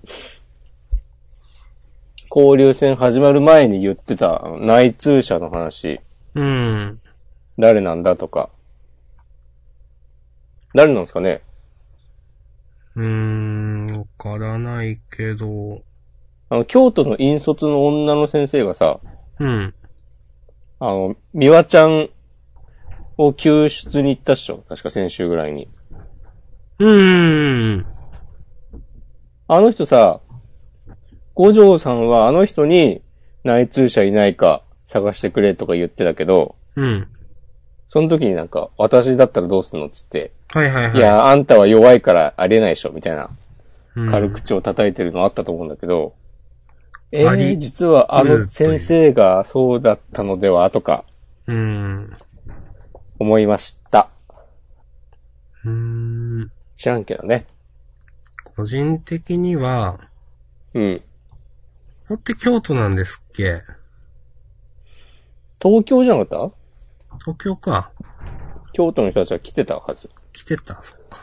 [SPEAKER 1] 交流戦始まる前に言ってたあの内通者の話、
[SPEAKER 2] うん。
[SPEAKER 1] 誰なんだとか、誰なんですかね
[SPEAKER 2] うーん、わからないけど。
[SPEAKER 1] あの、京都の引率の女の先生がさ、
[SPEAKER 2] うん。
[SPEAKER 1] あの、美和ちゃんを救出に行ったっしょ確か先週ぐらいに。
[SPEAKER 2] うーん。
[SPEAKER 1] あの人さ、五条さんはあの人に内通者いないか探してくれとか言ってたけど、
[SPEAKER 2] うん。
[SPEAKER 1] その時になんか、私だったらどうすんのっつって、
[SPEAKER 2] はいはいはい。
[SPEAKER 1] い、や、あんたは弱いからありえないでしょみたいな軽
[SPEAKER 2] く。
[SPEAKER 1] 口を叩いてるのあったと思うんだけど、え
[SPEAKER 2] あり
[SPEAKER 1] ー、実はあの先生がそうだったのではとか
[SPEAKER 2] うーん。
[SPEAKER 1] 思いました。
[SPEAKER 2] うーん。
[SPEAKER 1] 知らんけどね。
[SPEAKER 2] 個人的には、
[SPEAKER 1] うん。
[SPEAKER 2] ここって京都なんですっけ
[SPEAKER 1] 東京じゃなかった
[SPEAKER 2] 東京か。
[SPEAKER 1] 京都の人たちは来てたはず。
[SPEAKER 2] 来てた、そっか。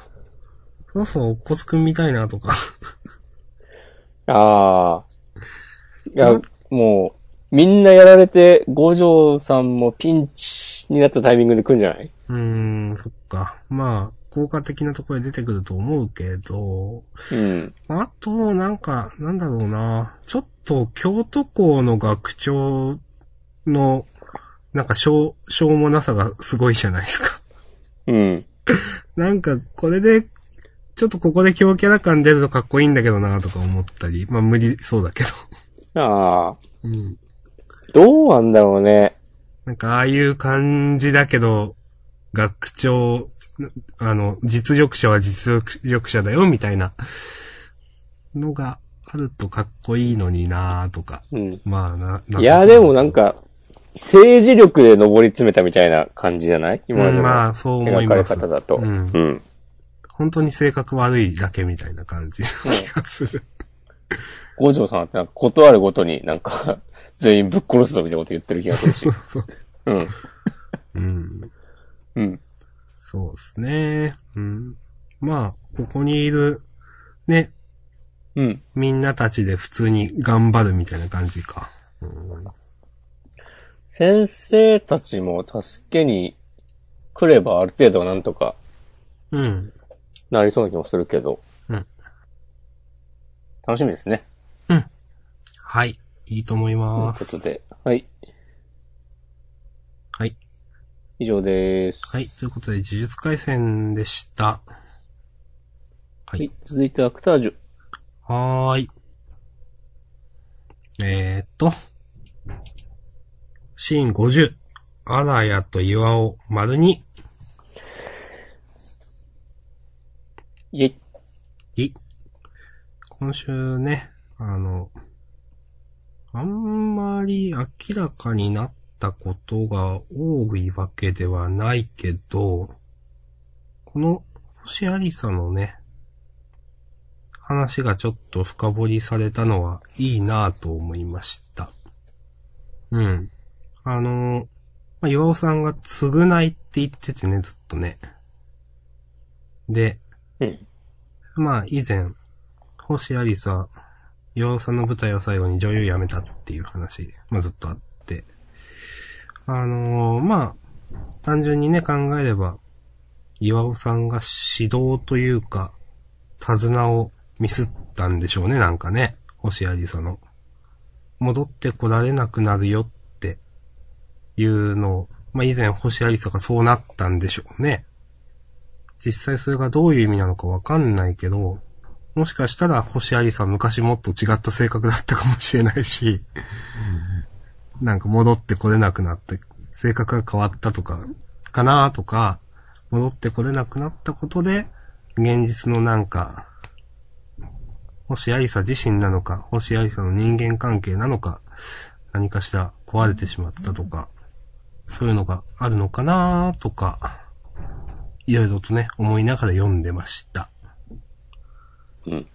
[SPEAKER 2] そろそろおっこつくんみたいなとか。
[SPEAKER 1] ああ。いや、
[SPEAKER 2] うん
[SPEAKER 1] もう、みんなやられて、五条さんもピンチになったタイミングで来るんじゃないう
[SPEAKER 2] ーん、そっか。まあ、効果的なところで出てくると思うけど、
[SPEAKER 1] うん。
[SPEAKER 2] あと、なんか、なんだろうな。ちょっと、京都校の学長の、なんか、しょう、しょうもなさがすごいじゃないですか。
[SPEAKER 1] うん。
[SPEAKER 2] なんか、これで、ちょっとここで強キャラ感出るとかっこいいんだけどなとか思ったり、まあ無理そうだけど。
[SPEAKER 1] ああ、
[SPEAKER 2] うん。
[SPEAKER 1] どうなんだろうね。
[SPEAKER 2] なんか、ああいう感じだけど、学長、あの、実力者は実力者だよ、みたいなのがあるとかっこいいのになとか。
[SPEAKER 1] うん。
[SPEAKER 2] まあな、ない
[SPEAKER 1] や、でもなん、か、政治力で上り詰めたみたいな感じじゃない
[SPEAKER 2] うん
[SPEAKER 1] 今までの
[SPEAKER 2] まあ、そう思い
[SPEAKER 1] 描か
[SPEAKER 2] ま
[SPEAKER 1] れ
[SPEAKER 2] す。
[SPEAKER 1] 方だと。
[SPEAKER 2] う
[SPEAKER 1] うんん。
[SPEAKER 2] 本当に性格悪いだけみたいな感じの気がす る。
[SPEAKER 1] 五条さんってなんか断るごとになんか、 全員ぶっ殺すぞみたいなこと言ってる気がするし。
[SPEAKER 2] そう。
[SPEAKER 1] うん。
[SPEAKER 2] うん。
[SPEAKER 1] うん。
[SPEAKER 2] そうですね。うん。まあ、ここにいる、ね、
[SPEAKER 1] うん。
[SPEAKER 2] みんなたちで普通に頑張るみたいな感じか。
[SPEAKER 1] 先生たちも助けに来ればある程度はなんとか
[SPEAKER 2] うん。
[SPEAKER 1] なりそうな気もするけど。
[SPEAKER 2] うん。
[SPEAKER 1] 楽しみですね。
[SPEAKER 2] はい。いいと思
[SPEAKER 1] と
[SPEAKER 2] い
[SPEAKER 1] いう
[SPEAKER 2] ま
[SPEAKER 1] こ
[SPEAKER 2] す。
[SPEAKER 1] とで。はい。
[SPEAKER 2] はい。
[SPEAKER 1] 以上です。
[SPEAKER 2] はい。ということで、呪術回戦でした。は
[SPEAKER 1] はいい。。続いてアクタージュ。
[SPEAKER 2] はーい。えーっと。シーン50。アラヤと岩尾、丸に
[SPEAKER 1] イェイ。
[SPEAKER 2] い。今週ね、あの、あんまり明らかになったことが多いわけではないけど、この星ありさのね、話がちょっと深掘りされたのはいいなぁと思いました。うん。あの、まあ、岩尾さんが償いって言っててね、ずっとね。で、
[SPEAKER 1] うん。
[SPEAKER 2] まあ、以前、星ありさ、岩尾さんの舞台を最後に女優辞めたっていう話、まあずっとあって。あのーまあ、単純にね、考えれば、岩尾さんが指導というか、手綱をミスったんでしょうね、なんかね。星ありさの。戻ってこられなくなるよって、いうのを、まあ以前星ありさがそうなったんでしょうね。実際それがどういう意味なのかわかんないけど、もしかしたら星ありさん昔もっと違った性格だったかもしれないし、なんか戻ってこれなくなって、性格が変わったとか、かなとか、戻ってこれなくなったことで、現実のなんか、星ありさ自身なのか、星ありさの人間関係なのか、何かしら壊れてしまったとか、そういうのがあるのかなとか、いろいろとね、思いながら読んでました。
[SPEAKER 1] うん。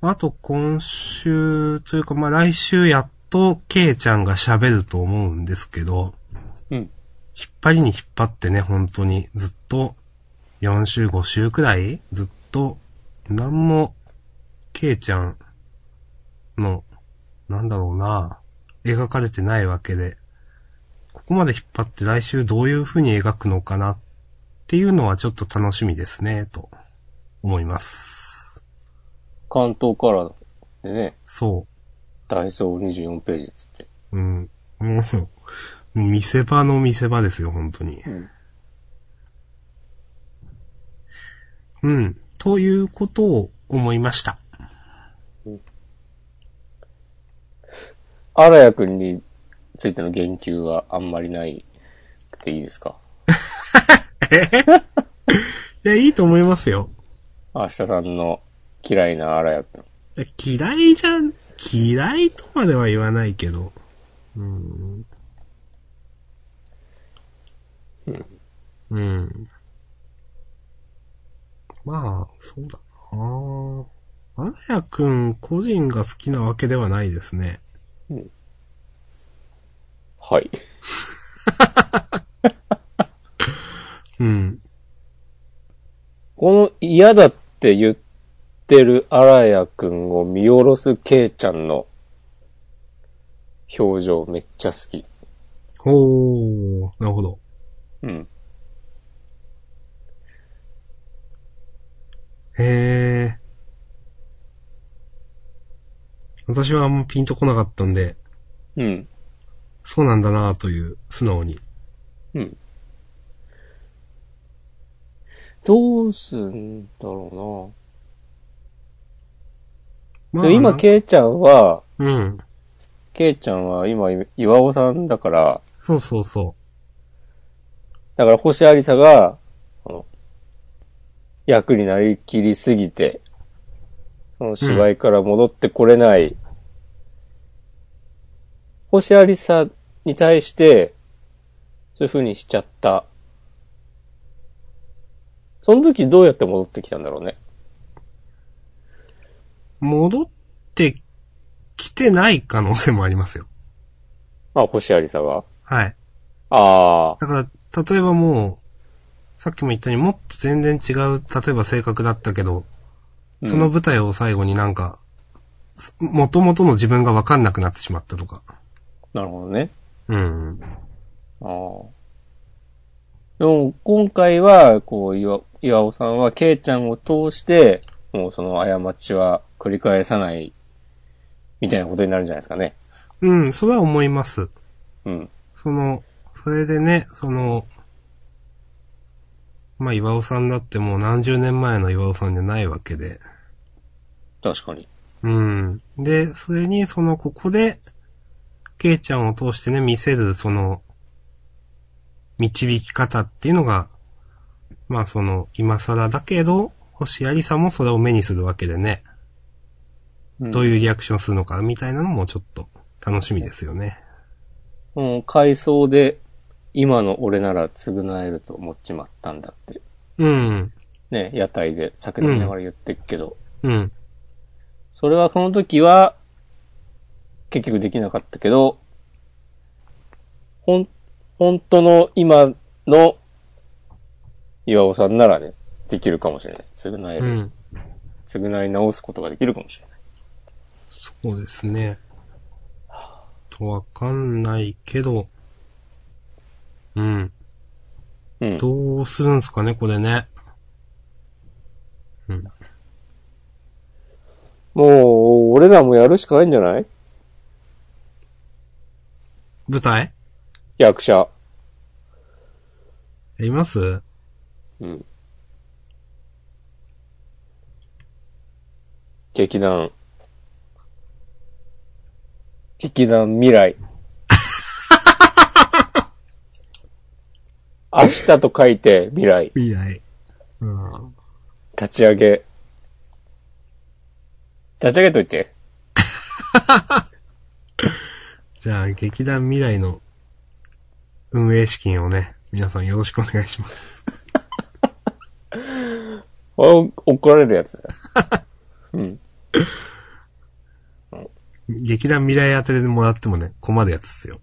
[SPEAKER 2] あと今週、というかまあ来週やっと、ケイちゃんが喋ると思うんですけど、
[SPEAKER 1] うん。
[SPEAKER 2] 引っ張りに引っ張ってね、本当に。ずっと、4週5週くらいずっと、なんも、ケイちゃんの、なんだろうな、描かれてないわけで、ここまで引っ張って来週どういう風に描くのかなっていうのはちょっと楽しみですね、と思います。
[SPEAKER 1] 関東からでね、
[SPEAKER 2] そ
[SPEAKER 1] ダイソー24ページっつって。
[SPEAKER 2] う。うん。もう、見せ場の見せ場ですよ、本当に。
[SPEAKER 1] うん。
[SPEAKER 2] うん。ということを思いました。
[SPEAKER 1] 荒谷くんについての言及はあんまりないくていいですか
[SPEAKER 2] いや、いいと思いますよ。
[SPEAKER 1] 明日さんの嫌いな荒谷くん。
[SPEAKER 2] 嫌いじゃん、嫌いとまでは言わないけど。うん。うん。まあ、そうだなあらやくん個人が好きなわけではないですね。
[SPEAKER 1] はい。
[SPEAKER 2] うん。
[SPEAKER 1] この嫌だって言ってる荒谷くんを見下ろすケイちゃんの表情めっちゃ好き。
[SPEAKER 2] ほー、なるほど。
[SPEAKER 1] うん。
[SPEAKER 2] へえ。私はあんまピンとこなかったんで、
[SPEAKER 1] うん。
[SPEAKER 2] そうなんだなあという、素直に。
[SPEAKER 1] うん。どうすんだろう
[SPEAKER 2] ま
[SPEAKER 1] な。でも今、ケイちゃんは、
[SPEAKER 2] うん。
[SPEAKER 1] ケイちゃんは今、岩尾さんだから、
[SPEAKER 2] そうそうそ
[SPEAKER 1] だから星有沙が、あの役になりきりすぎて、その芝居から戻ってこれない、星有沙に対して、そういう風にしちゃった。その時どうやって戻ってきたんだろうね。
[SPEAKER 2] う。戻ってきてない可能性もありますよ。
[SPEAKER 1] まあ、星有沙が。
[SPEAKER 2] はい。
[SPEAKER 1] ああ、
[SPEAKER 2] だから、例えばもう、さっきも言ったようにもっと全然違う、例えば性格だったけど、
[SPEAKER 1] うん
[SPEAKER 2] その舞台を最後になんか、す元々の自分がわかんなくなってしまったとか。
[SPEAKER 1] なるほどね。
[SPEAKER 2] うん。
[SPEAKER 1] ああ。でも、今回は、こう、岩、岩尾さんは、ケイちゃんを通して、もうその過ちは繰り返さない、みたいなことになるんじゃないですかね。
[SPEAKER 2] うん、それは思います。
[SPEAKER 1] うん。
[SPEAKER 2] その、それでね、その、まあ、岩尾さんだってもう何十年前の岩尾さんじゃないわけで。
[SPEAKER 1] 確かに。
[SPEAKER 2] うん。で、それに、その、ここで、ケイちゃんを通してね、見せる、その、導き方っていうのが、まあ、その、今更だけど、星有さもそれを目にするわけでね、どう
[SPEAKER 1] い
[SPEAKER 2] いうリアクションするのか、みたいなのもちょっと、楽しみですよね。
[SPEAKER 1] うん。もう、回想で、今の俺なら償えると思っちまったんだって。
[SPEAKER 2] うん。
[SPEAKER 1] ね、屋台で酒飲みながら言ってっけど、
[SPEAKER 2] うん。
[SPEAKER 1] それはその時は、結局できなかったけど、ほん、本当の今の岩尾さんならね、できるかもしれない。償え
[SPEAKER 2] う
[SPEAKER 1] る。
[SPEAKER 2] ん。
[SPEAKER 1] 償い直すことができるかもしれない。
[SPEAKER 2] そうですね。ちょっとわかんないけど、うん。
[SPEAKER 1] うん。
[SPEAKER 2] どうするんすかね、これね。うん。
[SPEAKER 1] もう、俺らもやるしかないんじゃない
[SPEAKER 2] 舞台
[SPEAKER 1] 役者。
[SPEAKER 2] やります
[SPEAKER 1] うん。劇団。劇団未 来。明日と書いて未来。
[SPEAKER 2] 未来。うん。
[SPEAKER 1] 立ち上げ。立ち上げといて。
[SPEAKER 2] じゃあ、劇団未来の運営資金をね、皆さんよろしくお願いします。
[SPEAKER 1] お怒られるやつだ。うん。
[SPEAKER 2] 劇団未来当てでもらってもね、困るやつっす よ。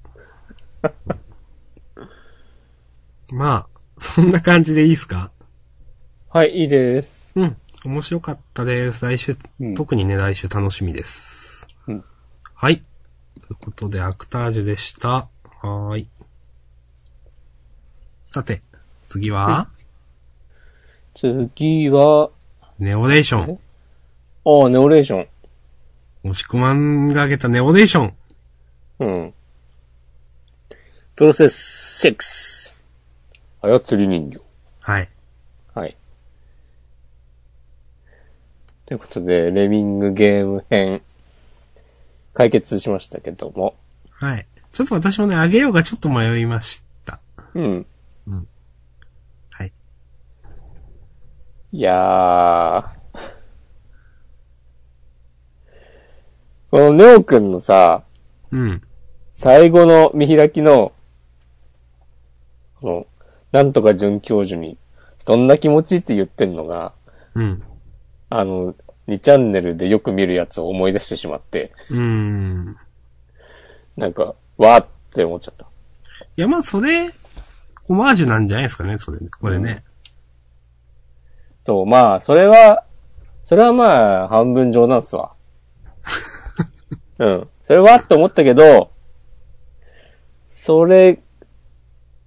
[SPEAKER 2] まあ、そんな感じでいいっすか
[SPEAKER 1] はい、いいです。
[SPEAKER 2] うん。面白かったです。来週、
[SPEAKER 1] うん
[SPEAKER 2] 特にね、来週楽しみです。
[SPEAKER 1] うん
[SPEAKER 2] はい。ということで、アクタージュでした。はーい。さて、次は、
[SPEAKER 1] 次は、
[SPEAKER 2] ネオレーション。
[SPEAKER 1] ああ、ネオレーション。
[SPEAKER 2] 押し込まんが挙げたネオレーション。
[SPEAKER 1] うん。プロセス6。操り人形。
[SPEAKER 2] はい。
[SPEAKER 1] はい。ということで、レミングゲーム編、解決しましたけども。
[SPEAKER 2] はい。ちょっと私もね、あげようがちょっと迷いました。
[SPEAKER 1] うん。
[SPEAKER 2] はい。
[SPEAKER 1] いやー。このネオくんのさ、
[SPEAKER 2] うん。
[SPEAKER 1] 最後の見開きの、この、なんとか准教授に、どんな気持ちって言ってんのが、
[SPEAKER 2] うん。
[SPEAKER 1] あの、2チャンネルでよく見るやつを思い出してしまって、
[SPEAKER 2] うーん。
[SPEAKER 1] なんか、わーって思っちゃった。
[SPEAKER 2] いや、まあ、それ、オマージュなんじゃないですかね、それ、これね。
[SPEAKER 1] そう、まあ、それは、それはまあ、半分冗談っすわ。うん。それはと思ったけど、それ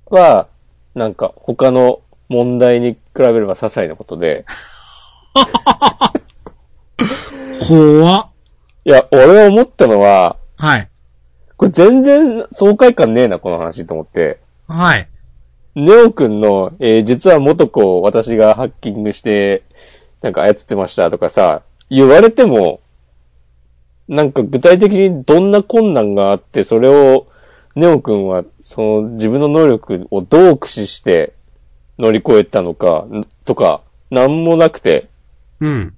[SPEAKER 1] は、なんか、他の問題に比べれば些細なことで、
[SPEAKER 2] 怖っ。
[SPEAKER 1] いや、俺思ったのは、
[SPEAKER 2] はい。
[SPEAKER 1] これ全然爽快感ねえな、この話と思って。
[SPEAKER 2] はい。
[SPEAKER 1] ネオくんの、えー実は元子を私がハッキングして、なんか操ってましたとかさ、言われても、なんか具体的にどんな困難があって、それを、ネオくんは、その自分の能力をどう駆使して乗り越えたのか、んとか、なんもなくて、
[SPEAKER 2] うん。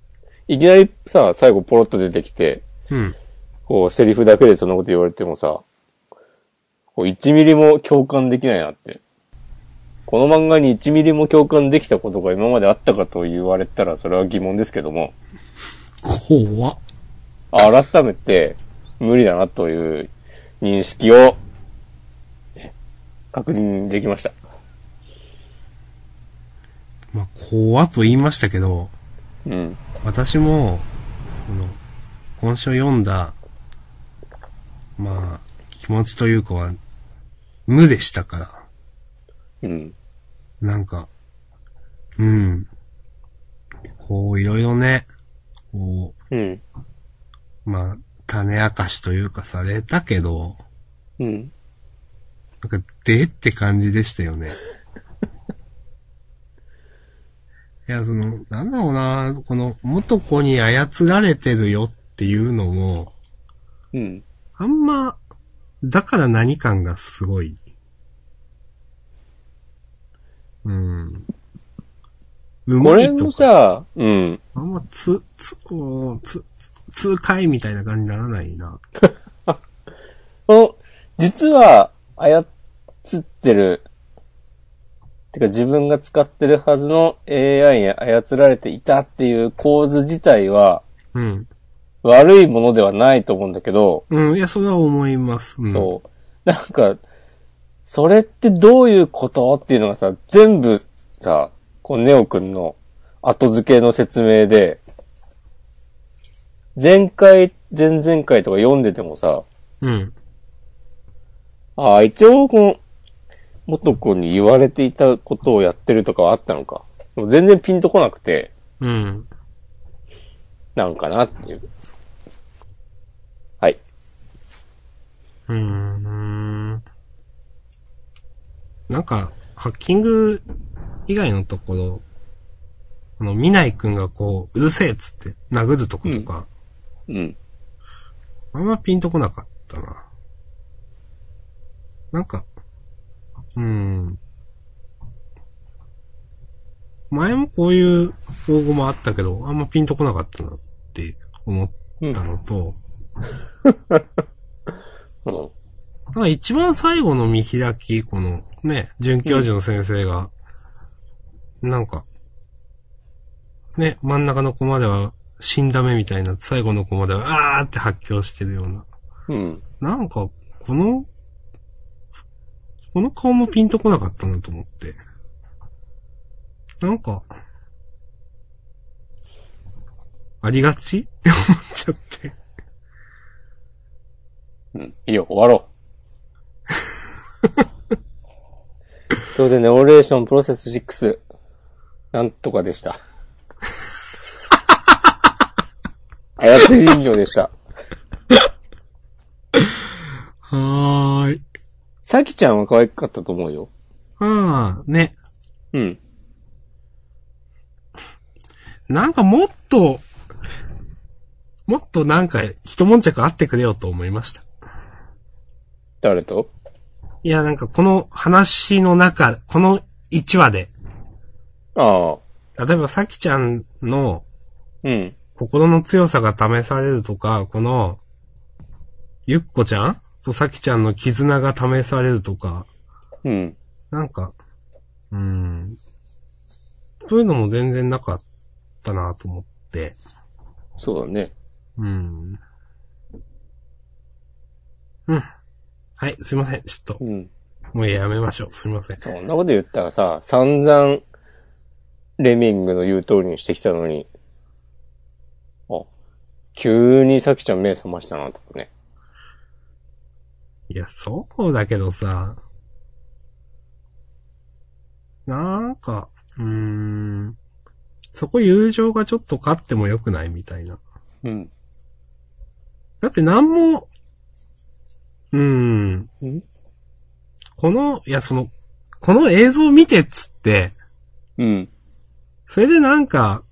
[SPEAKER 1] いきなりさ、最後ポロッと出てきて、
[SPEAKER 2] うん。
[SPEAKER 1] こう、セリフだけでそんなこと言われてもさ、こう、1ミリも共感できないなって。この漫画に1ミリも共感できたことが今まであったかと言われたら、それは疑問ですけども、
[SPEAKER 2] 怖っ。
[SPEAKER 1] 改めて無理だなという認識を、ね確認できました。
[SPEAKER 2] まあ、怖っと言いましたけど、
[SPEAKER 1] うん。
[SPEAKER 2] 私も、この、今週読んだ、まあ、気持ちというかは、無でしたから。
[SPEAKER 1] うん。
[SPEAKER 2] なんか、うん。こう、いろいろね、こ
[SPEAKER 1] うん。
[SPEAKER 2] う、まあ、種明かしというかされたけど、
[SPEAKER 1] うん。
[SPEAKER 2] なんか、でって感じでした よね。いや、その、なんだろうな、この、元子に操られてるよっていうのも、
[SPEAKER 1] うん。
[SPEAKER 2] あんま、だから何感がすごい。うん。う
[SPEAKER 1] こ
[SPEAKER 2] ま
[SPEAKER 1] れ
[SPEAKER 2] いと
[SPEAKER 1] も
[SPEAKER 2] か
[SPEAKER 1] さ、うん。
[SPEAKER 2] あんま、つ、つ、おーつ、つ痛快みたいな感じにならないな。
[SPEAKER 1] この、実は、操ってる、てか自分が使ってるはずの AI に操られていたっていう構図自体は、
[SPEAKER 2] うん。
[SPEAKER 1] 悪いものではないと思うんだけど、
[SPEAKER 2] うん、いや、それは思います。うん、
[SPEAKER 1] そう。なんか、それってどういうことっていうのがさ、全部さ、このネオくんの後付けの説明で、前回、前々回とか読んでてもさ、
[SPEAKER 2] う。うん。
[SPEAKER 1] ああ、一応、この、元子に言われていたことをやってるとかはあったのか。でも全然ピンとこなくて、
[SPEAKER 2] うん。
[SPEAKER 1] なんかなっていう。はい。
[SPEAKER 2] うーん。なんか、ハッキング以外のところ、あの、見ないくんがこう、うるせえっつって殴るとことか、
[SPEAKER 1] うん。
[SPEAKER 2] あんまピンとこなかったな。なんか、うん。前もこういう用語もあったけど、あんまピンとこなかったなって思ったのと、
[SPEAKER 1] うん。
[SPEAKER 2] なんか一番最後の見開き、このね、准教授の先生が、なんか、ね、真ん中の子までは死んだ目みたいな、最後の子まではあーって発狂してるような。
[SPEAKER 1] うん。
[SPEAKER 2] なんか、この、この顔もピンとこなかったなと思って。なんか、ありがちって思っちゃって。
[SPEAKER 1] うん。いいよ、終わろう。ということで、ネオレーションプロセス6、なんとかでした。操り人形でした。
[SPEAKER 2] はーい。
[SPEAKER 1] さきちゃんは可愛かったと思うよ。
[SPEAKER 2] あー、ね。
[SPEAKER 1] うん。
[SPEAKER 2] なんかもっと、もっとなんか一悶着あってくれよと思いました。
[SPEAKER 1] 誰と
[SPEAKER 2] いや、なんかこの話の中、この1話で、
[SPEAKER 1] ああ。
[SPEAKER 2] 例えばさきちゃんの
[SPEAKER 1] うん。
[SPEAKER 2] 心の強さが試されるとか、この、ゆっこちゃんとさきちゃんの絆が試されるとか、
[SPEAKER 1] うん。
[SPEAKER 2] なんか、うーん。そういうのも全然なかったなと思って。
[SPEAKER 1] そうだね。
[SPEAKER 2] うん。うん。はい、すいません。ちょっと、
[SPEAKER 1] うん。
[SPEAKER 2] もうやめましょう。すいません。
[SPEAKER 1] そんなこと言ったらさ、散々、レミングの言う通りにしてきたのに、あ、急にさきちゃん目覚ましたな、とかね。
[SPEAKER 2] いや、そうだけどさ、なんか、うーん、そこ友情がちょっと勝っても良くないみたいな。
[SPEAKER 1] うん。
[SPEAKER 2] だってなんも、うーん、この、いや、その、この映像見てっつって、
[SPEAKER 1] うん。
[SPEAKER 2] それでなんか、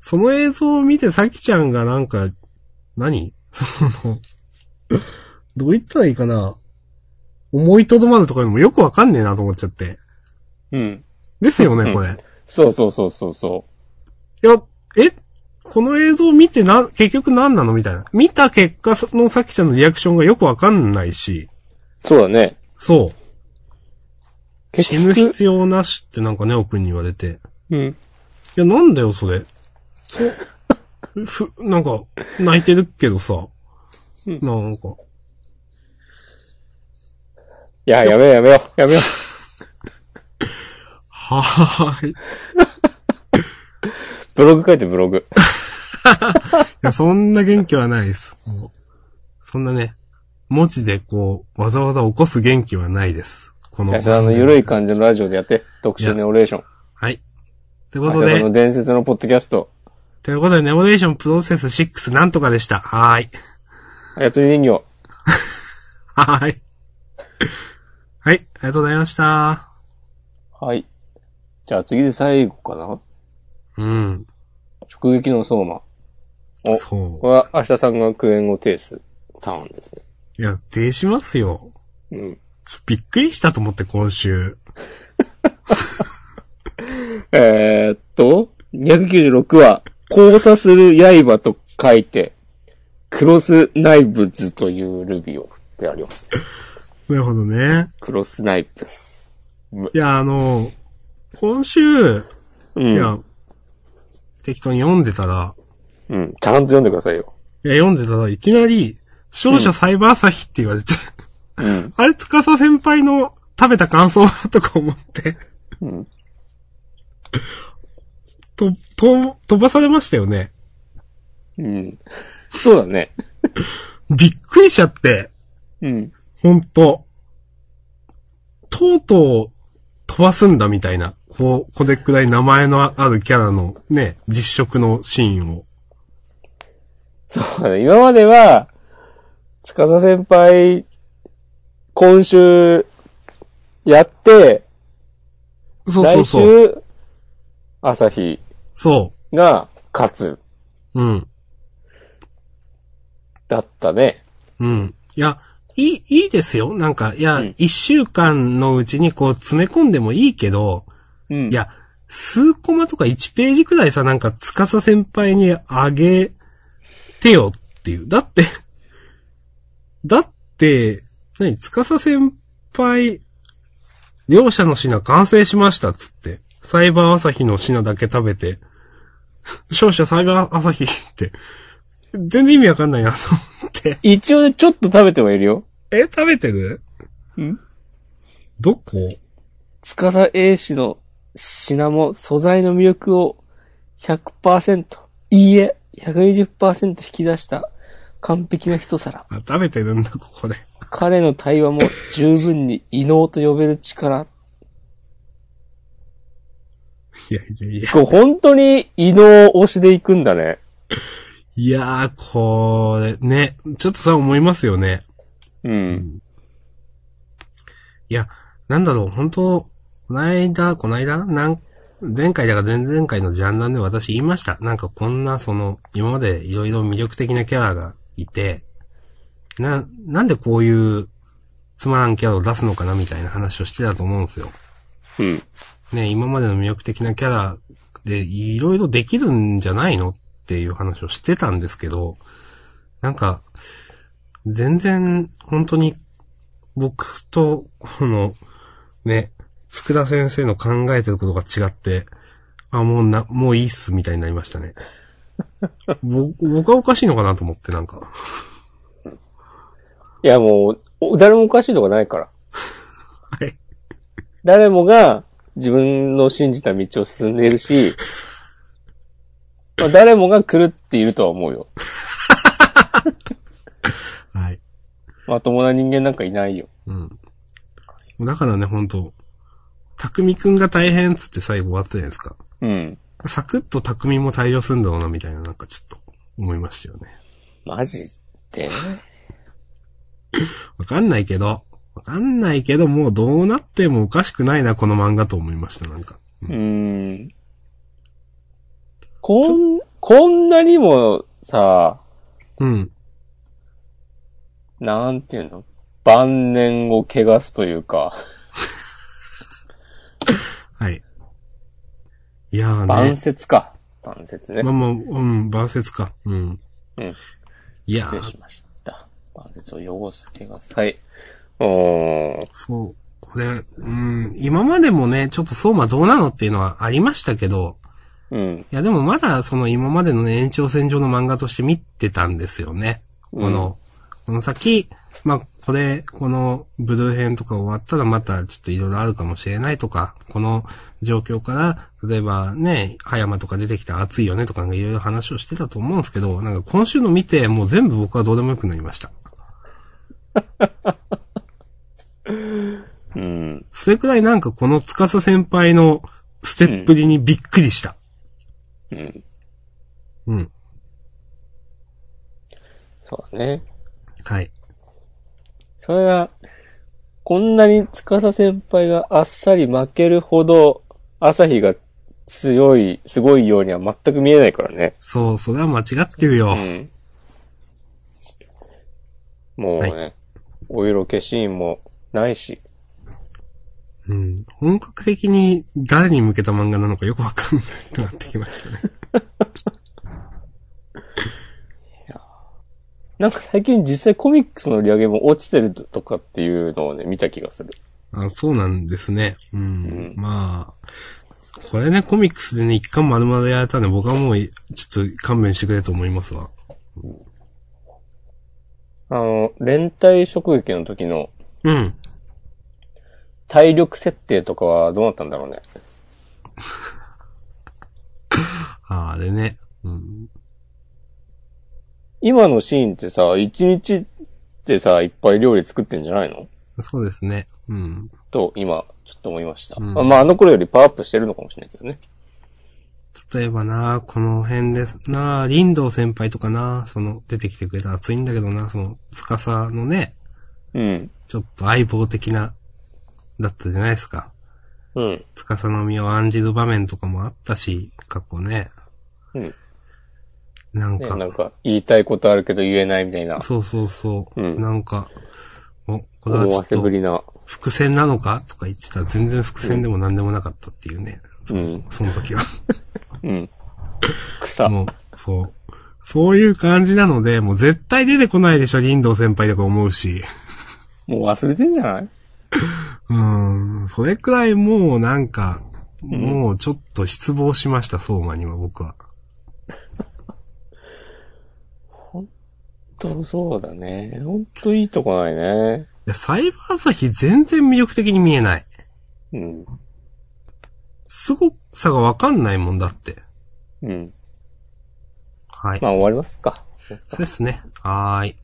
[SPEAKER 2] その映像を見て、さきちゃんがなんか、何 その、どう言ったらいいかな思いとどまるとかにもよくわかんねえなと思っちゃって。
[SPEAKER 1] うん。
[SPEAKER 2] ですよ
[SPEAKER 1] う
[SPEAKER 2] ね、
[SPEAKER 1] ん
[SPEAKER 2] これ。い
[SPEAKER 1] そうそうそうそうそ
[SPEAKER 2] や、えこの映像を見てな、結局何なのみたいな。見た結果のさきちゃんのリアクションがよくわかんないし、
[SPEAKER 1] う。そうだね。
[SPEAKER 2] そう。
[SPEAKER 1] 結
[SPEAKER 2] 死
[SPEAKER 1] 局
[SPEAKER 2] ぬ必要なしってなんかね、奥に言われて。
[SPEAKER 1] うん。
[SPEAKER 2] いや、なんだよ、それ。そう。ふ、なんか、泣いてるけどさ。
[SPEAKER 1] うん
[SPEAKER 2] なんか、
[SPEAKER 1] いや、やめようやめようやめよ。
[SPEAKER 2] はーい。いう
[SPEAKER 1] ブログ書いてブログ。
[SPEAKER 2] や、そんな元気はないです。もうそんなね、文字でこう、わざわざ起こす元気はないです。この。
[SPEAKER 1] 安田のゆるい感じのラジオでやって。特殊ネオレーション。
[SPEAKER 2] はい。というこ
[SPEAKER 1] 安
[SPEAKER 2] と
[SPEAKER 1] 田の
[SPEAKER 2] で、
[SPEAKER 1] 伝説のポッドキャスト。
[SPEAKER 2] ということで、ネオレーションプロセス6なんとかでした。はーい。
[SPEAKER 1] 操り人形。
[SPEAKER 2] はーい。はい、ありがとうございました。
[SPEAKER 1] はい。じゃあ次で最後かな
[SPEAKER 2] うん。
[SPEAKER 1] 直撃の相馬。お
[SPEAKER 2] そ
[SPEAKER 1] これは明日さんがクエンゴテースターンですね。
[SPEAKER 2] う。いや、停止しますよ。
[SPEAKER 1] うん。
[SPEAKER 2] ちょびっくりしたと思って、今週。
[SPEAKER 1] えー、っと、296話、交差する刃と書いて、クロスナイブズというルビーを振ってあります。
[SPEAKER 2] なるほどね。
[SPEAKER 1] クロスナイブズ。
[SPEAKER 2] いや、あの、今週、い
[SPEAKER 1] うん。
[SPEAKER 2] や、適当に読んでたら、
[SPEAKER 1] うん。ちゃんと読んでくださいよ。
[SPEAKER 2] いや、読んでたらいきなり、勝者サイバー朝日って言われて、
[SPEAKER 1] うん。
[SPEAKER 2] あれ、司先輩の食べた感想はとか思って、
[SPEAKER 1] うん。
[SPEAKER 2] と、と、飛ばされましたよね。
[SPEAKER 1] うん。そうだね。
[SPEAKER 2] びっくりしちゃって、
[SPEAKER 1] うん。
[SPEAKER 2] ほんと。とうとう、飛ばすんだみたいな。こう、これくらい名前のあるキャラのね、実食のシーンを。
[SPEAKER 1] そうだね。今までは、司先輩、今週、やって、
[SPEAKER 2] そうそうそう。
[SPEAKER 1] 来週、朝日
[SPEAKER 2] そ
[SPEAKER 1] が勝つ、
[SPEAKER 2] う。うん。
[SPEAKER 1] だったね。
[SPEAKER 2] うん。いや、いい、いいですよ。なんか、いや
[SPEAKER 1] うん、
[SPEAKER 2] 一、週間のうちにこう詰め込んでもいいけど、
[SPEAKER 1] うん
[SPEAKER 2] いや、数コマとか1ページくらいさ、なんか、司先輩にあげてよっていう。だって、だって、何、司先輩、両者の品完成しましたっつって、サイバー朝日の品だけ食べて、勝者サイバー朝日って、全然意味わかんないなと思って。
[SPEAKER 1] 一応ね、ちょっと食べてはいるよ。
[SPEAKER 2] え、食べてる
[SPEAKER 1] うん
[SPEAKER 2] どこ
[SPEAKER 1] つかさ A 氏の品も素材の魅力を100%、いいえ、120%引き出した完璧な一皿。
[SPEAKER 2] あ食べてるんだ、ここで。
[SPEAKER 1] 彼の対話も十分に異能と呼べる力。
[SPEAKER 2] いやいやいや。
[SPEAKER 1] これ本当に異能推しでいくんだね。
[SPEAKER 2] いやー、これ、ね、ちょっとさ、思いますよね。
[SPEAKER 1] うん。
[SPEAKER 2] いや、なんだろう、本当こないだ、こないだなん、前回だから前々回のジャンダンで私言いました。なんかこんな、その、今までいろいろ魅力的なキャラがいて、な、なんでこういう、つまらんキャラを出すのかなみたいな話をしてたと思うんですよ。
[SPEAKER 1] うん。
[SPEAKER 2] ね、今までの魅力的なキャラでいろいろできるんじゃないのっていう話をしてたんですけど、なんか、全然、本当に、僕と、この、ね、つく先生の考えてることが違って、あ、もうな、もういいっす、みたいになりましたね。 ぼ僕はおかしいのかなと思って、なんか。
[SPEAKER 1] いやもう、お誰もおかしいとかないから。
[SPEAKER 2] はい。
[SPEAKER 1] 誰もが自分の信じた道を進んでいるし、まあ、誰もが狂っているとは思うよ。
[SPEAKER 2] はい。
[SPEAKER 1] まともな人間なんかいないよ。
[SPEAKER 2] うん。だからね、本当たくみくんが大変っつって最後終わったじゃないですか。
[SPEAKER 1] うん。
[SPEAKER 2] サクッと匠も退場するんだろうな、みたいな、なんかちょっと、思いましたよね。
[SPEAKER 1] マジで
[SPEAKER 2] わかんないけど、わかんないけど、もうどうなってもおかしくないな、この漫画と思いました、なんか。う
[SPEAKER 1] うんーん。こん、こんなにもさ、
[SPEAKER 2] うん。
[SPEAKER 1] なんていうの晩年を汚すというか、
[SPEAKER 2] はい。いやーね。
[SPEAKER 1] 晩節か。晩節ね
[SPEAKER 2] まあ。まあ、うん、晩節か。うん。
[SPEAKER 1] うん。
[SPEAKER 2] いや
[SPEAKER 1] 失礼
[SPEAKER 2] ー、
[SPEAKER 1] しました。晩節を汚す、汚す。はい。おー。
[SPEAKER 2] そう。これ、うん、今までもね、ちょっと相馬どうなのっていうのはありましたけど、
[SPEAKER 1] うん。
[SPEAKER 2] いやでもまだその今までのね、延長線上の漫画として見てたんですよね。この、この先、まあ、これ、このブルー編とか終わったらまたちょっといろいろあるかもしれないとか、この状況から、例えばね、葉山とか出てきたら熱いよねとかなんかいろいろ話をしてたと思うんですけど、なんか今週の見て、もう全部僕はどうでもよくなりました。
[SPEAKER 1] うん。
[SPEAKER 2] それくらいなんかこの司先輩のステップりにびっくりした。
[SPEAKER 1] うん。
[SPEAKER 2] うん。
[SPEAKER 1] そうだね。
[SPEAKER 2] はい。
[SPEAKER 1] それが、こんなに司先輩があっさり負けるほど、朝日が強い、すごいようには全く見えないからね。
[SPEAKER 2] そう、それは間違ってる
[SPEAKER 1] う
[SPEAKER 2] よ。
[SPEAKER 1] ん。もうね、
[SPEAKER 2] は
[SPEAKER 1] お色気シーンもないし、
[SPEAKER 2] うん。本格的に誰に向けた漫画なのかよくわかんないとなってきましたね。
[SPEAKER 1] なんか最近実際コミックスの売り上げも落ちてるとかっていうのをね、見た気がする。
[SPEAKER 2] あそうなんですね。うん。
[SPEAKER 1] うん
[SPEAKER 2] まあ、これね、コミックスでね、一巻丸々やられたんで、僕はもう、ちょっと勘弁してくれと思いますわ。
[SPEAKER 1] あの、連帯職撃の時の
[SPEAKER 2] うん。
[SPEAKER 1] 体力設定とかはどうなったんだろうね。
[SPEAKER 2] ああれね。うん。
[SPEAKER 1] 今のシーンってさ、一日ってさ、いっぱい料理作ってんじゃないの
[SPEAKER 2] そうですね。うん。
[SPEAKER 1] と、今、ちょっと思いました。
[SPEAKER 2] うん
[SPEAKER 1] まあ、あの頃よりパワーアップしてるのかもしれないけどね。
[SPEAKER 2] 例えばな、この辺ですな、林道先輩とかな、その、出てきてくれたら熱いんだけどな、その、司のね、
[SPEAKER 1] うん。
[SPEAKER 2] ちょっと相棒的な、だったじゃないですか。
[SPEAKER 1] うん。
[SPEAKER 2] 司の身を案じる場面とかもあったし、過去ね。
[SPEAKER 1] うん。
[SPEAKER 2] なん
[SPEAKER 1] ね
[SPEAKER 2] か、
[SPEAKER 1] なんか、言いたいことあるけど言えないみたいな、
[SPEAKER 2] そうそうそう。
[SPEAKER 1] うん
[SPEAKER 2] なんか、お、これは
[SPEAKER 1] 思わ
[SPEAKER 2] ち
[SPEAKER 1] せ
[SPEAKER 2] ょ
[SPEAKER 1] ぶ
[SPEAKER 2] っと、
[SPEAKER 1] りな。
[SPEAKER 2] 伏線なのかとか言ってたら全然伏線でも何でもなかったっていうね。
[SPEAKER 1] うん。
[SPEAKER 2] その時は。
[SPEAKER 1] うん。草。
[SPEAKER 2] もう、そう。そういう感じなので、もう絶対出てこないでしょ、林道先輩とか思うし。
[SPEAKER 1] もう忘れてんじゃないう
[SPEAKER 2] ーん、それくらいもうなんか、もうちょっと失望しました、相馬には僕は。
[SPEAKER 1] 本当そうだね。本当いいとこないね。
[SPEAKER 2] いや、サイバー朝日全然魅力的に見えない。
[SPEAKER 1] うん。
[SPEAKER 2] すごさがわかんないもんだって。
[SPEAKER 1] うん。
[SPEAKER 2] はい。
[SPEAKER 1] まあ、終わりますか。
[SPEAKER 2] そうですね。はーい。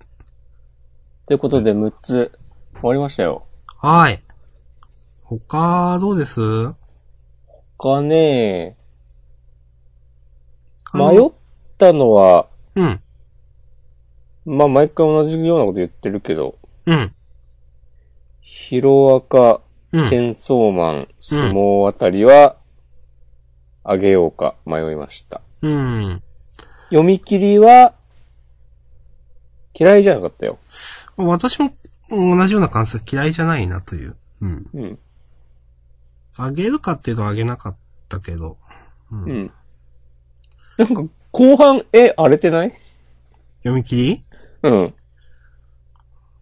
[SPEAKER 1] ということで、6つ、終わりましたよ。
[SPEAKER 2] はーい。他、どうです迷
[SPEAKER 1] 他ね、迷ったのは、
[SPEAKER 2] うん。
[SPEAKER 1] まあ、毎回同じようなこと言ってるけど、
[SPEAKER 2] うん。
[SPEAKER 1] ヒロアカ、
[SPEAKER 2] う
[SPEAKER 1] チ
[SPEAKER 2] ん。
[SPEAKER 1] ェンソーマン、相撲あたりは、あげようか迷いました。
[SPEAKER 2] うん。
[SPEAKER 1] 読み切りは、嫌いじゃなかったよ。
[SPEAKER 2] 私も同じような感想嫌いじゃないなという。うん。
[SPEAKER 1] うん。
[SPEAKER 2] あげるかっていうとあげなかったけど。うん。
[SPEAKER 1] うん。なんか、後半、え、荒れてない
[SPEAKER 2] 読み切り
[SPEAKER 1] うん。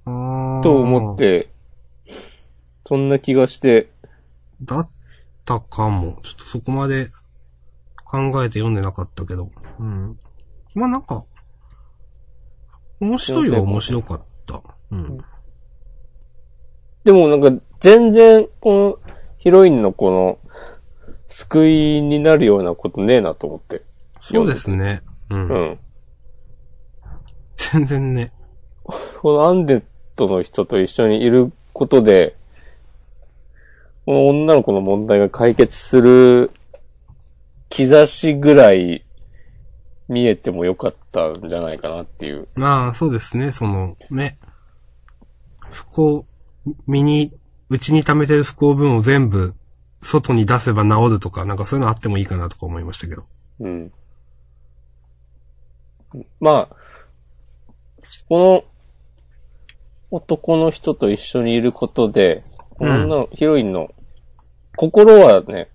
[SPEAKER 2] あー
[SPEAKER 1] と思っ。て、そんな気がして、
[SPEAKER 2] だったかも。ちょっとそこまで考えて読んでなかったけど。うん。まあなんか、面白いは面白かった。うん。
[SPEAKER 1] でもなんか、全然、この、ヒロインのこの、救いになるようなことねえなと思って。
[SPEAKER 2] そうですね。うん。
[SPEAKER 1] うん。
[SPEAKER 2] 全然ね。
[SPEAKER 1] このアンデッドの人と一緒にいることで、この女の子の問題が解決する兆しぐらい見えてもよかったんじゃないかなっていう。
[SPEAKER 2] まあ、そうですね、その、ね。不幸身に、うちに溜めてる不幸分を全部、外に出せば治るとか、なんかそういうのあってもいいかなとか思いましたけど。
[SPEAKER 1] うん。まあ、この男の人と一緒にいることで、
[SPEAKER 2] うん
[SPEAKER 1] 女のヒロインの心はね、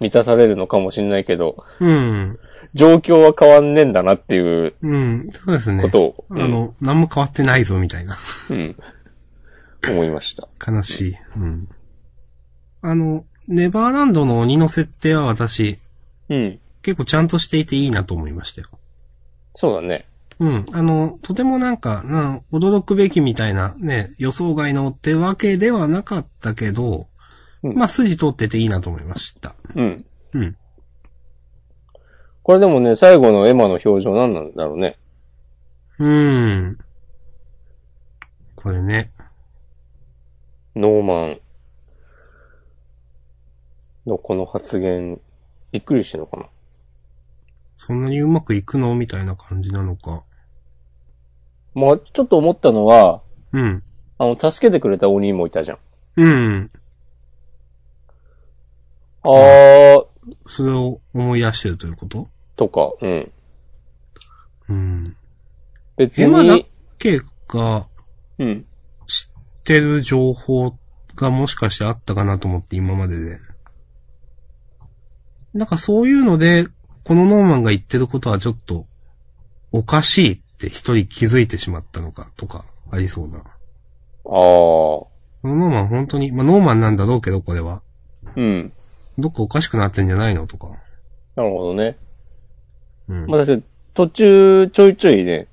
[SPEAKER 1] 満たされるのかもしれないけど、
[SPEAKER 2] うん。
[SPEAKER 1] 状況は変わんねえんだなっていう
[SPEAKER 2] うん。そうですね
[SPEAKER 1] こ。とを、
[SPEAKER 2] あの、何も変わってないぞ、みたいな。
[SPEAKER 1] うん、うん、思いました。
[SPEAKER 2] 悲しい。うん。あの、ネバーランドの鬼の設定は私、
[SPEAKER 1] うん。
[SPEAKER 2] 結構ちゃんとしていていいなと思いましたよ。
[SPEAKER 1] そうだね。
[SPEAKER 2] うん。あの、とてもなんか、なん驚くべきみたいなね、予想外のってわけではなかったけど、
[SPEAKER 1] うん
[SPEAKER 2] まあ筋通ってていいなと思いました。
[SPEAKER 1] うん。
[SPEAKER 2] うん。
[SPEAKER 1] これでもね、最後のエマの表情何なんだろうね。
[SPEAKER 2] うん。これね。
[SPEAKER 1] ノーマンのこの発言、びっくりしてるのかな
[SPEAKER 2] そんなにうまくいくのみたいな感じなのか。
[SPEAKER 1] まあ、ちょっと思ったのは、
[SPEAKER 2] うん。
[SPEAKER 1] あの、助けてくれた鬼もいたじゃん。
[SPEAKER 2] うん。
[SPEAKER 1] あー、
[SPEAKER 2] それを思い出してるということ
[SPEAKER 1] とか、うん。
[SPEAKER 2] うん。
[SPEAKER 1] 別
[SPEAKER 2] 今だ
[SPEAKER 1] に、
[SPEAKER 2] けが、
[SPEAKER 1] うん。
[SPEAKER 2] 知ってる情報がもしかしてあったかなと思って今までで。なんかそういうので、このノーマンが言ってることはちょっと、おかしいって一人気づいてしまったのかとか、ありそうな。
[SPEAKER 1] あー、
[SPEAKER 2] このノーマン本当に、まあノーマンなんだろうけど、これは。
[SPEAKER 1] うん。
[SPEAKER 2] どっかおかしくなってんじゃないのとか。
[SPEAKER 1] なるほどね。
[SPEAKER 2] うん。
[SPEAKER 1] まあ、確かに、途中、ちょいちょいね、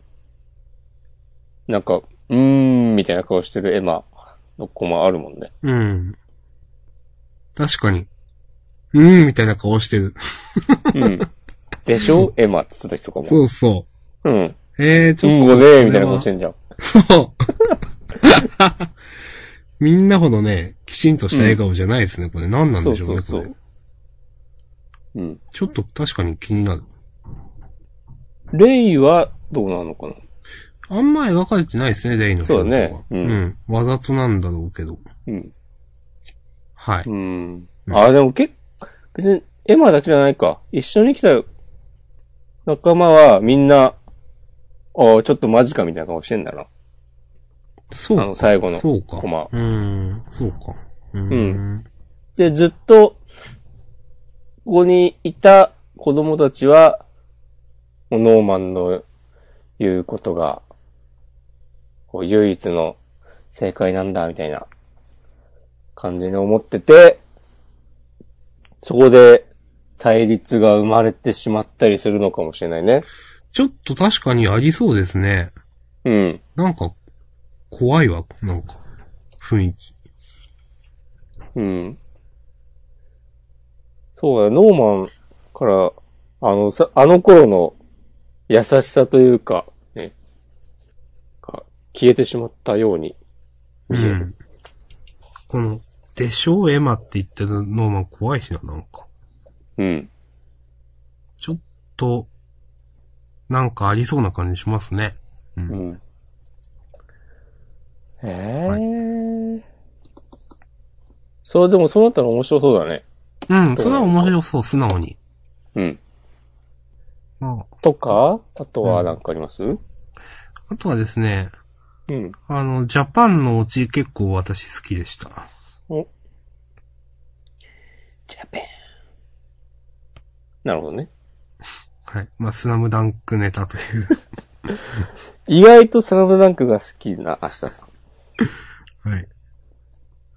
[SPEAKER 1] なんか、うーん、みたいな顔してるエマの子もあるもんね。
[SPEAKER 2] うん。確かに。うーん、みたいな顔してる。
[SPEAKER 1] うん。でしょエマって言った時とかも。
[SPEAKER 2] そうそ
[SPEAKER 1] うん。
[SPEAKER 2] う。えー、ち
[SPEAKER 1] う
[SPEAKER 2] ょっ
[SPEAKER 1] ん
[SPEAKER 2] と。
[SPEAKER 1] ごねーみたいな顔
[SPEAKER 2] これは
[SPEAKER 1] してんじゃん。
[SPEAKER 2] そう。 みんなほどね、きちんとした笑顔じゃないですね、これ。何なん
[SPEAKER 1] そ
[SPEAKER 2] で
[SPEAKER 1] う
[SPEAKER 2] しょ
[SPEAKER 1] そう
[SPEAKER 2] うね、
[SPEAKER 1] そ
[SPEAKER 2] これ
[SPEAKER 1] う。。うん。
[SPEAKER 2] ちょっと確かに気になる。
[SPEAKER 1] レイはどうなのかな
[SPEAKER 2] あんま描かれてないですね、レイの表情は
[SPEAKER 1] そうだね
[SPEAKER 2] う。
[SPEAKER 1] うんん
[SPEAKER 2] わざとなんだろうけど。
[SPEAKER 1] うん。
[SPEAKER 2] はい。
[SPEAKER 1] うん。
[SPEAKER 2] うん
[SPEAKER 1] あ、でも結構、別に、エマだけじゃないか。一緒に来た仲間はみんな、あちょっとマジかみたいな顔してんだな。
[SPEAKER 2] そう
[SPEAKER 1] あの、
[SPEAKER 2] か。
[SPEAKER 1] 最後の。
[SPEAKER 2] そうか。
[SPEAKER 1] コマ
[SPEAKER 2] うーん。そうか。うーん。
[SPEAKER 1] で、ずっと、ここにいた子供たちは、もうノーマンの言うことが、こう唯一の正解なんだ、みたいな感じに思ってて、そこで対立が生まれてしまったりするのかもしれないね。
[SPEAKER 2] ちょっと確かにありそうですね。
[SPEAKER 1] うん。
[SPEAKER 2] なんか、怖いわ、なんか、雰囲気。
[SPEAKER 1] うん。そうだ、ノーマンから、あのさ、あの頃の優しさというか、ね、が消えてしまったように見える。。
[SPEAKER 2] この、でしょう、エマって言ってるノーマン怖いしな、なんか。
[SPEAKER 1] うん。
[SPEAKER 2] ちょっと、なんかありそうな感じしますね。う。
[SPEAKER 1] うんん。ええ
[SPEAKER 2] は
[SPEAKER 1] そう、でもそうなったら面白そうだね。
[SPEAKER 2] うん、それは面白そう、素直に。
[SPEAKER 1] うん。
[SPEAKER 2] まあ、
[SPEAKER 1] とか、あとは何かありますうん。
[SPEAKER 2] あとはですね、あの、ジャパンのオチ結構私好きでした。
[SPEAKER 1] ジャパン。なるほどね。
[SPEAKER 2] はい。まあ、スナムダンクネタという。
[SPEAKER 1] 意外とサラブダンクが好きな明日さん。
[SPEAKER 2] はい。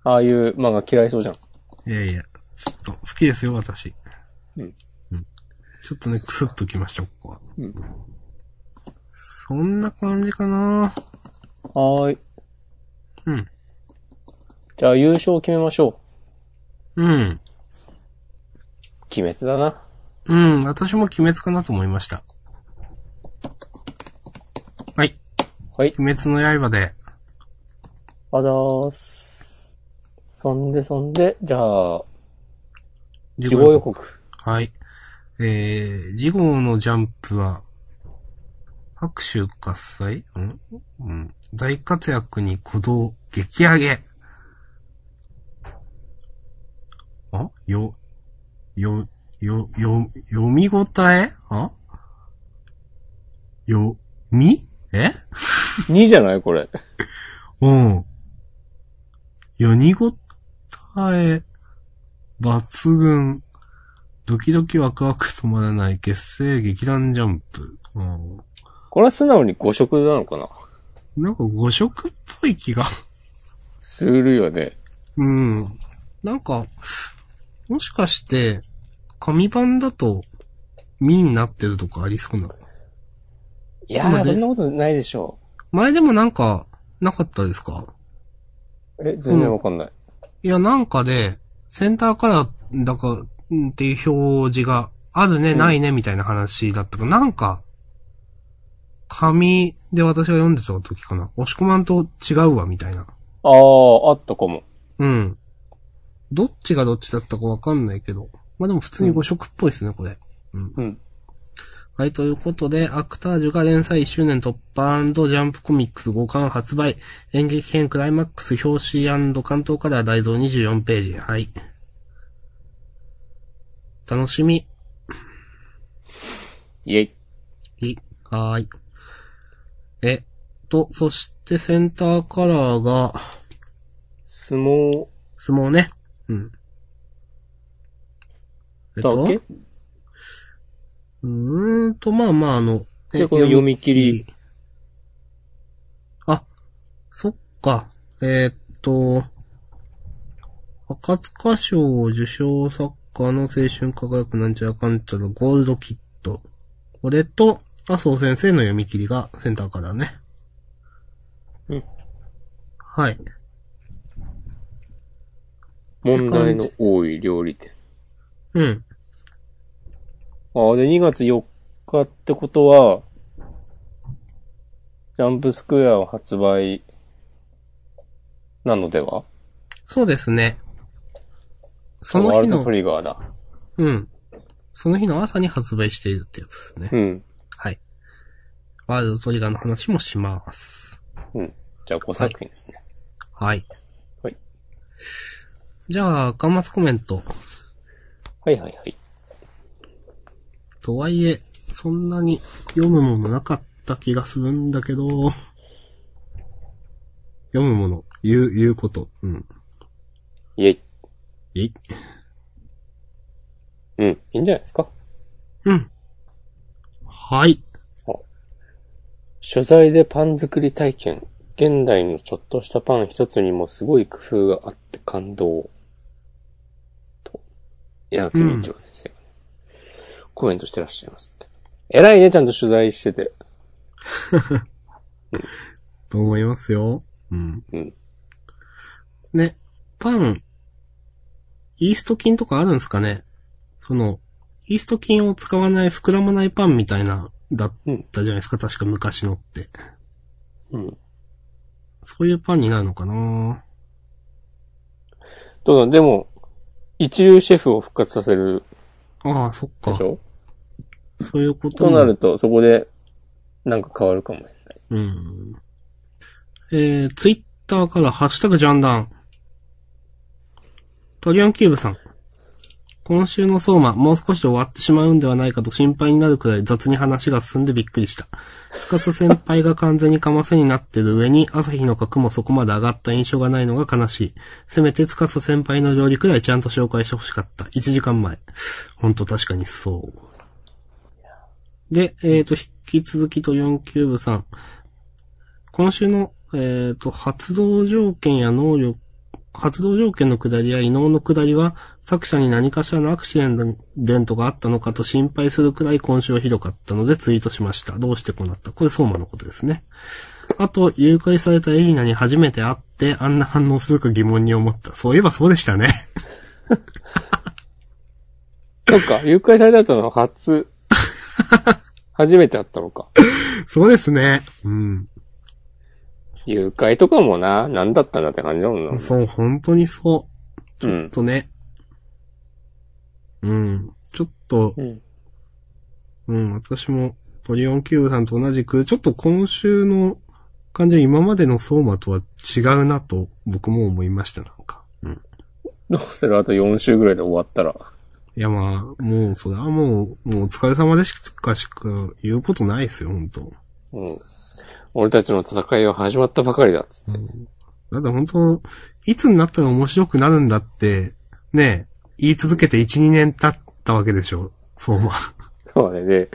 [SPEAKER 1] ああいう漫画嫌いそうじゃん。
[SPEAKER 2] いやいや、ちょっと、好きですよ、私。
[SPEAKER 1] うん。
[SPEAKER 2] うん。ちょっとね、クスッときました、ここは。
[SPEAKER 1] うん。
[SPEAKER 2] そんな感じかな
[SPEAKER 1] はーい。
[SPEAKER 2] うん。
[SPEAKER 1] じゃあ優勝決めましょ
[SPEAKER 2] うん。
[SPEAKER 1] う。鬼滅だな。
[SPEAKER 2] うん、私も鬼滅かなと思いました。はい。
[SPEAKER 1] はい。
[SPEAKER 2] 鬼滅の刃で、
[SPEAKER 1] あざーす。そんでそんで、じゃあ、死後予告。
[SPEAKER 2] はい。えー、次号のジャンプは、白州喝采んうん。大活躍に鼓動、激上げ。あよ、よ、よ、よ、読み応えあよ、みえ
[SPEAKER 1] 2じゃないこれ。
[SPEAKER 2] うん。よにごたえ、抜群、ドキドキワクワク止まらない、結成劇団ジャンプ。うん。
[SPEAKER 1] これは素直に誤色なのかな
[SPEAKER 2] なんか五色っぽい気が。
[SPEAKER 1] するよね。
[SPEAKER 2] うん。なんか、もしかして、紙版だと、ミになってるとかありそうな。
[SPEAKER 1] いや
[SPEAKER 2] まあ
[SPEAKER 1] ー、
[SPEAKER 2] で
[SPEAKER 1] そんなことないでしょ
[SPEAKER 2] 前でもなんか、なかったですか
[SPEAKER 1] う。え、全然わかんない。
[SPEAKER 2] いや、なんかで、センターカラーだか、うんっていう表示があるね、
[SPEAKER 1] うん
[SPEAKER 2] ないね、みたいな話だったかなんか、紙で私が読んでた時かな。押し込まんと違うわ、みたいな。
[SPEAKER 1] あー、あったかも。
[SPEAKER 2] うん。どっちがどっちだったかわかんないけど。まあでも普通に五色っぽいですね、これ。うん。
[SPEAKER 1] うん。
[SPEAKER 2] はい、ということで、アクタージュが連載1周年突破ジャンプコミックス5巻発売、演劇編クライマックス表紙関東カラー大蔵24ページ。はい。楽しみ。
[SPEAKER 1] イェイ。
[SPEAKER 2] いはーい。えっと、そしてセンターカラーが、
[SPEAKER 1] 相撲
[SPEAKER 2] 相撲ね。うん。えっ
[SPEAKER 1] だ
[SPEAKER 2] と、
[SPEAKER 1] け
[SPEAKER 2] うーんと、まあまあ、あの、え
[SPEAKER 1] で、この読み切り。
[SPEAKER 2] あ、そっか。えーっと、赤塚賞受賞作家の青春輝くなんちゃらかんちゃらゴールドキット。これと、麻生先生の読み切りがセンターからね。
[SPEAKER 1] うん。
[SPEAKER 2] はい。
[SPEAKER 1] 問題の多い料理店。
[SPEAKER 2] うん。
[SPEAKER 1] ああ、で、2月4日ってことは、ジャンプスクエアを発売なのでは
[SPEAKER 2] そうですね。その
[SPEAKER 1] ワー
[SPEAKER 2] 日
[SPEAKER 1] ルド
[SPEAKER 2] の
[SPEAKER 1] ト、リガーだ。
[SPEAKER 2] うん。その日の朝に発売しているってやつですね。
[SPEAKER 1] うん。
[SPEAKER 2] はい。ワールドトリガーの話もします。
[SPEAKER 1] うん。じゃあ5作品ですね。
[SPEAKER 2] はい。
[SPEAKER 1] はい。
[SPEAKER 2] じゃあ、巻末コメント。
[SPEAKER 1] はいはいはい。
[SPEAKER 2] とはいえ、そんなに読むものなかった気がするんだけど、読むもの、言う、言うこと。うん。
[SPEAKER 1] イェイ。
[SPEAKER 2] えい。
[SPEAKER 1] うん。いいんじゃないですか。
[SPEAKER 2] うん。はい。
[SPEAKER 1] 取材でパン作り体験。現代のちょっとしたパン一つにもすごい工夫があって感動。と、矢垣道長先生がね、コメントしてらっしゃいます。偉いね、ちゃんと取材してて。
[SPEAKER 2] と思いますよ。うん。
[SPEAKER 1] うん。
[SPEAKER 2] ね、パン、イースト菌とかあるんですかねその、イースト菌を使わない膨らまないパンみたいな、だったじゃないですか、確か昔のって。
[SPEAKER 1] うん。
[SPEAKER 2] そういうパンになるのかな
[SPEAKER 1] どうだ、でも、一流シェフを復活させる
[SPEAKER 2] ああ、そっ
[SPEAKER 1] で
[SPEAKER 2] か
[SPEAKER 1] し。ょ
[SPEAKER 2] そういうこと
[SPEAKER 1] と
[SPEAKER 2] も
[SPEAKER 1] なると、そこで、なんか変わるかもね。
[SPEAKER 2] うん。えー、ツイッターからハッシュタグジャンダン。トリオンキューブさん。今週の相馬、もう少しで終わってしまうんではないかと心配になるくらい雑に話が進んでびっくりした。つかさ先輩が完全にかませになってる上に、朝日の角もそこまで上がった印象がないのが悲しい。せめてつかさ先輩の料理くらいちゃんと紹介してほしかった。1時間前。ほんと確かにそう。で、えっ、と、引き続きトリオンキューブさん。今週の、えっ、と、発動条件や能力、発動条件の下りや異能の下りは、作者に何かしらのアクシデントがあったのかと心配するくらい今週はひどかったのでツイートしました。どうしてこうなったこれ相馬のことですね。あと、誘拐されたエリナに初めて会って、あんな反応するか疑問に思った。そういえばそうでしたね。
[SPEAKER 1] そっか、誘拐されたのは初、 初めて会ったのか。
[SPEAKER 2] そうですね。うん。
[SPEAKER 1] 誘拐とかもな、何だったんだって感じだもんな。
[SPEAKER 2] そう、本当にそう。ち
[SPEAKER 1] うん
[SPEAKER 2] ょっとね。うん。ちょっと、
[SPEAKER 1] うん。
[SPEAKER 2] うん、私もトリオンキューブさんと同じく、ちょっと今週の感じは今までの相馬とは違うなと僕も思いました、なんか。
[SPEAKER 1] どうするあと4週ぐらいで終わったら。
[SPEAKER 2] いやまあ、もうそれはもう、もうお疲れ様でしかしか言うことないですよ、本当
[SPEAKER 1] うん。俺たちの戦いは始まったばかりだっつって。
[SPEAKER 2] だって本当いつになったら面白くなるんだって、ねえ、言い続けて1、2年経ったわけでしょ、相馬。
[SPEAKER 1] そうね。で、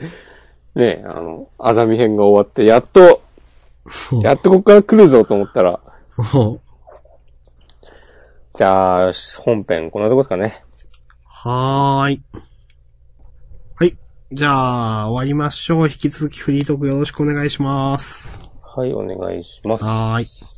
[SPEAKER 1] ね、あの、あざみ編が終わって、やっと、
[SPEAKER 2] そう。
[SPEAKER 1] やっとここから来るぞと思ったら、
[SPEAKER 2] そう。
[SPEAKER 1] じゃあ、本編こんなとこですかね。
[SPEAKER 2] はーい。はい。じゃあ、終わりましょう。引き続きフリートークよろしくお願いします。
[SPEAKER 1] はい、お願いします。
[SPEAKER 2] はーい。